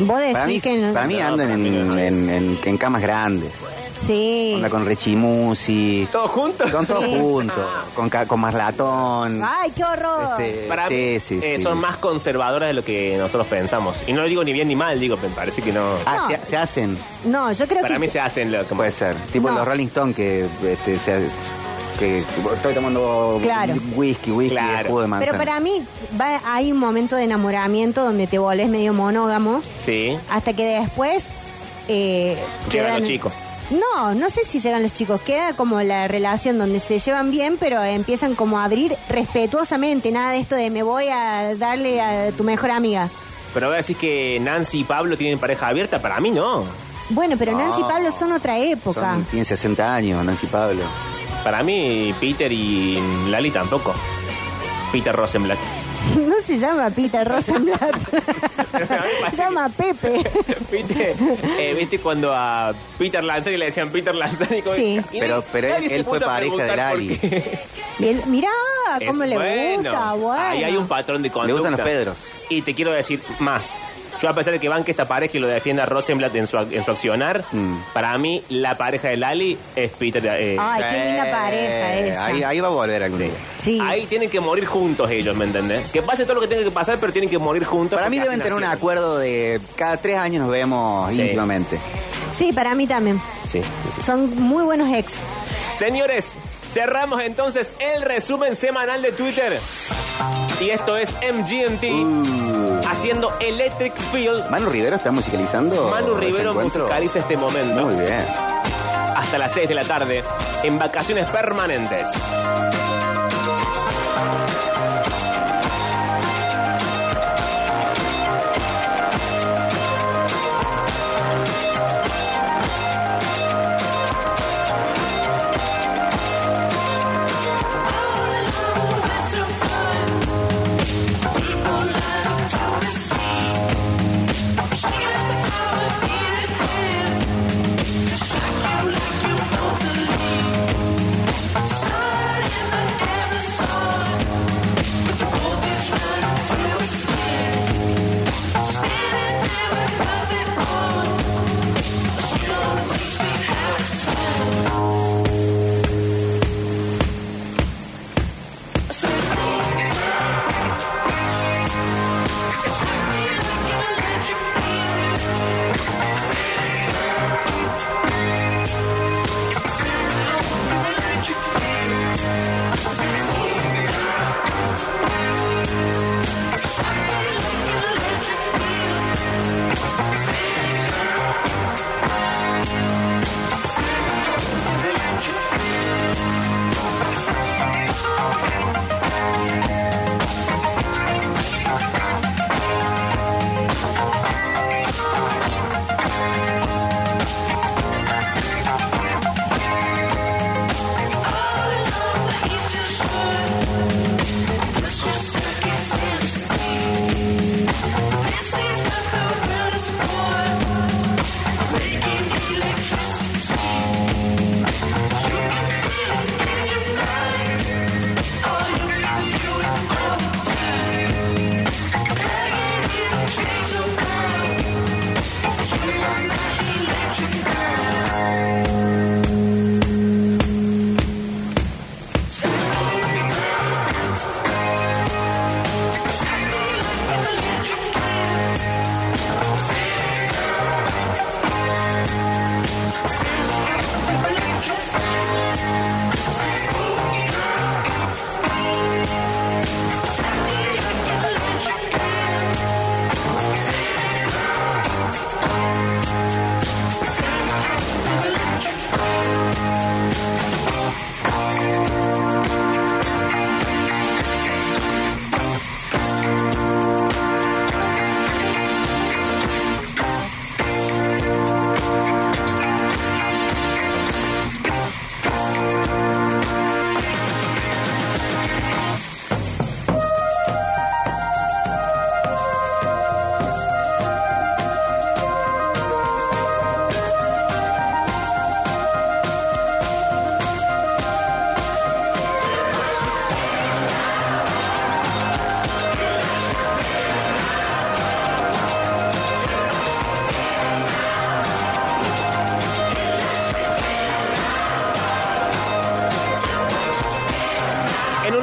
B: Vos decís
C: Para mí,
B: que no.
C: para mí andan en, en- en- en camas grandes.
B: Sí.
C: Onda con Rechimusi.
A: ¿Todos juntos?
C: Con todos
B: Sí.
C: juntos. Con, ca- con Maslatón.
B: ¡Ay, qué horror!
C: Este,
A: Para mí,
C: sí, sí,
A: eh,
C: sí.
A: son más conservadoras de lo que nosotros pensamos. Y no lo digo ni bien ni mal, digo, me parece que no.
C: Ah, pues. se, se hacen.
B: No, yo creo
A: Para
B: que.
A: mí se hacen lo que
C: Puede ser. Tipo
B: No.
C: los Rolling Stones que, este, se- que estoy tomando
B: Claro.
C: whisky, whisky,
A: Claro.
C: jugo de manzana.
B: Pero para mí va- hay un momento de enamoramiento donde te volvés medio monógamo
A: Sí.
B: hasta que después... Eh,
A: Llegan
B: quedan-
A: los chicos.
B: No, no sé si llegan los chicos. Queda como la relación donde se llevan bien, pero empiezan como a abrir respetuosamente. Nada de esto de me voy a darle a tu mejor amiga.
A: Pero ahora decís que Nancy y Pablo tienen pareja abierta. Para mí no.
B: Bueno, pero Nancy y
C: No.
B: Pablo son otra época.
C: Son- tienen 60 años, Nancy Pablo.
A: Para mí, Peter y Lali tampoco. Peter [laughs] Rosenblatt.
B: [laughs] No se llama Pita
A: [laughs]
B: Rosenblatt. se llama Pepe.
A: ¿Viste? Eh, ¿Viste cuando a Peter Lanzani le decían Peter Lanzani? Como-
B: Sí.
A: Y
C: Pero-
A: nadie-
C: pero él-
A: nadie se
C: él fue
A: puso a
C: pareja de
A: preguntar por
C: Lali.
A: qué.
B: Y él, mirá
A: Es
B: cómo le
A: bueno.
B: gusta, bueno.
A: Ahí hay un patrón de conducta.
C: Le gustan los Pedros.
A: Y te quiero decir más. Yo a pesar de que banque esta pareja y lo defienda Rosenblatt en su, ac- en su accionar,
C: Mm.
A: para mí la pareja de Lali es Peter. eh,
B: Ay, qué linda pareja esa.
C: Ahí, ahí va a volver algún día.
B: Sí.
A: Ahí tienen que morir juntos ellos, ¿me entendés? Que pase todo lo que tenga que pasar, pero tienen que morir juntos.
C: Para mí
A: porque
C: deben
A: así
C: tener un
A: nacieron.
C: acuerdo de cada tres años nos vemos
A: Sí.
C: íntimamente.
B: Sí, para mí también.
A: Sí.
B: Son muy buenos ex.
A: Señores, cerramos entonces el resumen semanal de Twitter. Y esto es MGMT
C: Uh.
A: haciendo Electric Field.
C: Manu Rivero está musicalizando.
A: Manu
C: Oh, ese
A: Rivero
C: encuentro?
A: musicaliza este momento
C: Muy bien.
A: hasta las 6 de la tarde en vacaciones permanentes.
P: Sun in the ever soul.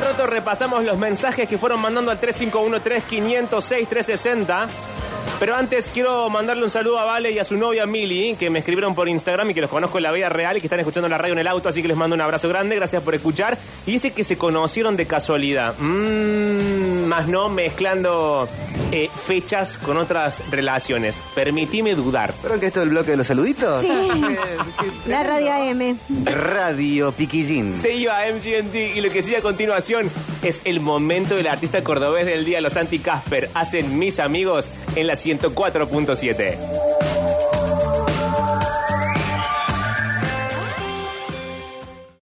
A: rato repasamos los mensajes que fueron mandando al 351-3506-360. Pero antes quiero mandarle un saludo a Vale y a su novia Mili, que me escribieron por Instagram y que los conozco en la vida real y que están escuchando la radio en el auto, así que les mando un abrazo grande, gracias por escuchar. Y dice que se conocieron de casualidad, Mm, más no mezclando eh, fechas con otras relaciones. Permitime dudar.
C: ¿Pero que esto es el bloque de los saluditos? [laughs]
B: Sí. La radio AM.
C: Radio Piquillín.
A: Se iba a MGMT y lo que sigue a continuación es el momento del artista cordobés del día, los Anti Casper. Hacen mis amigos en la 104.7.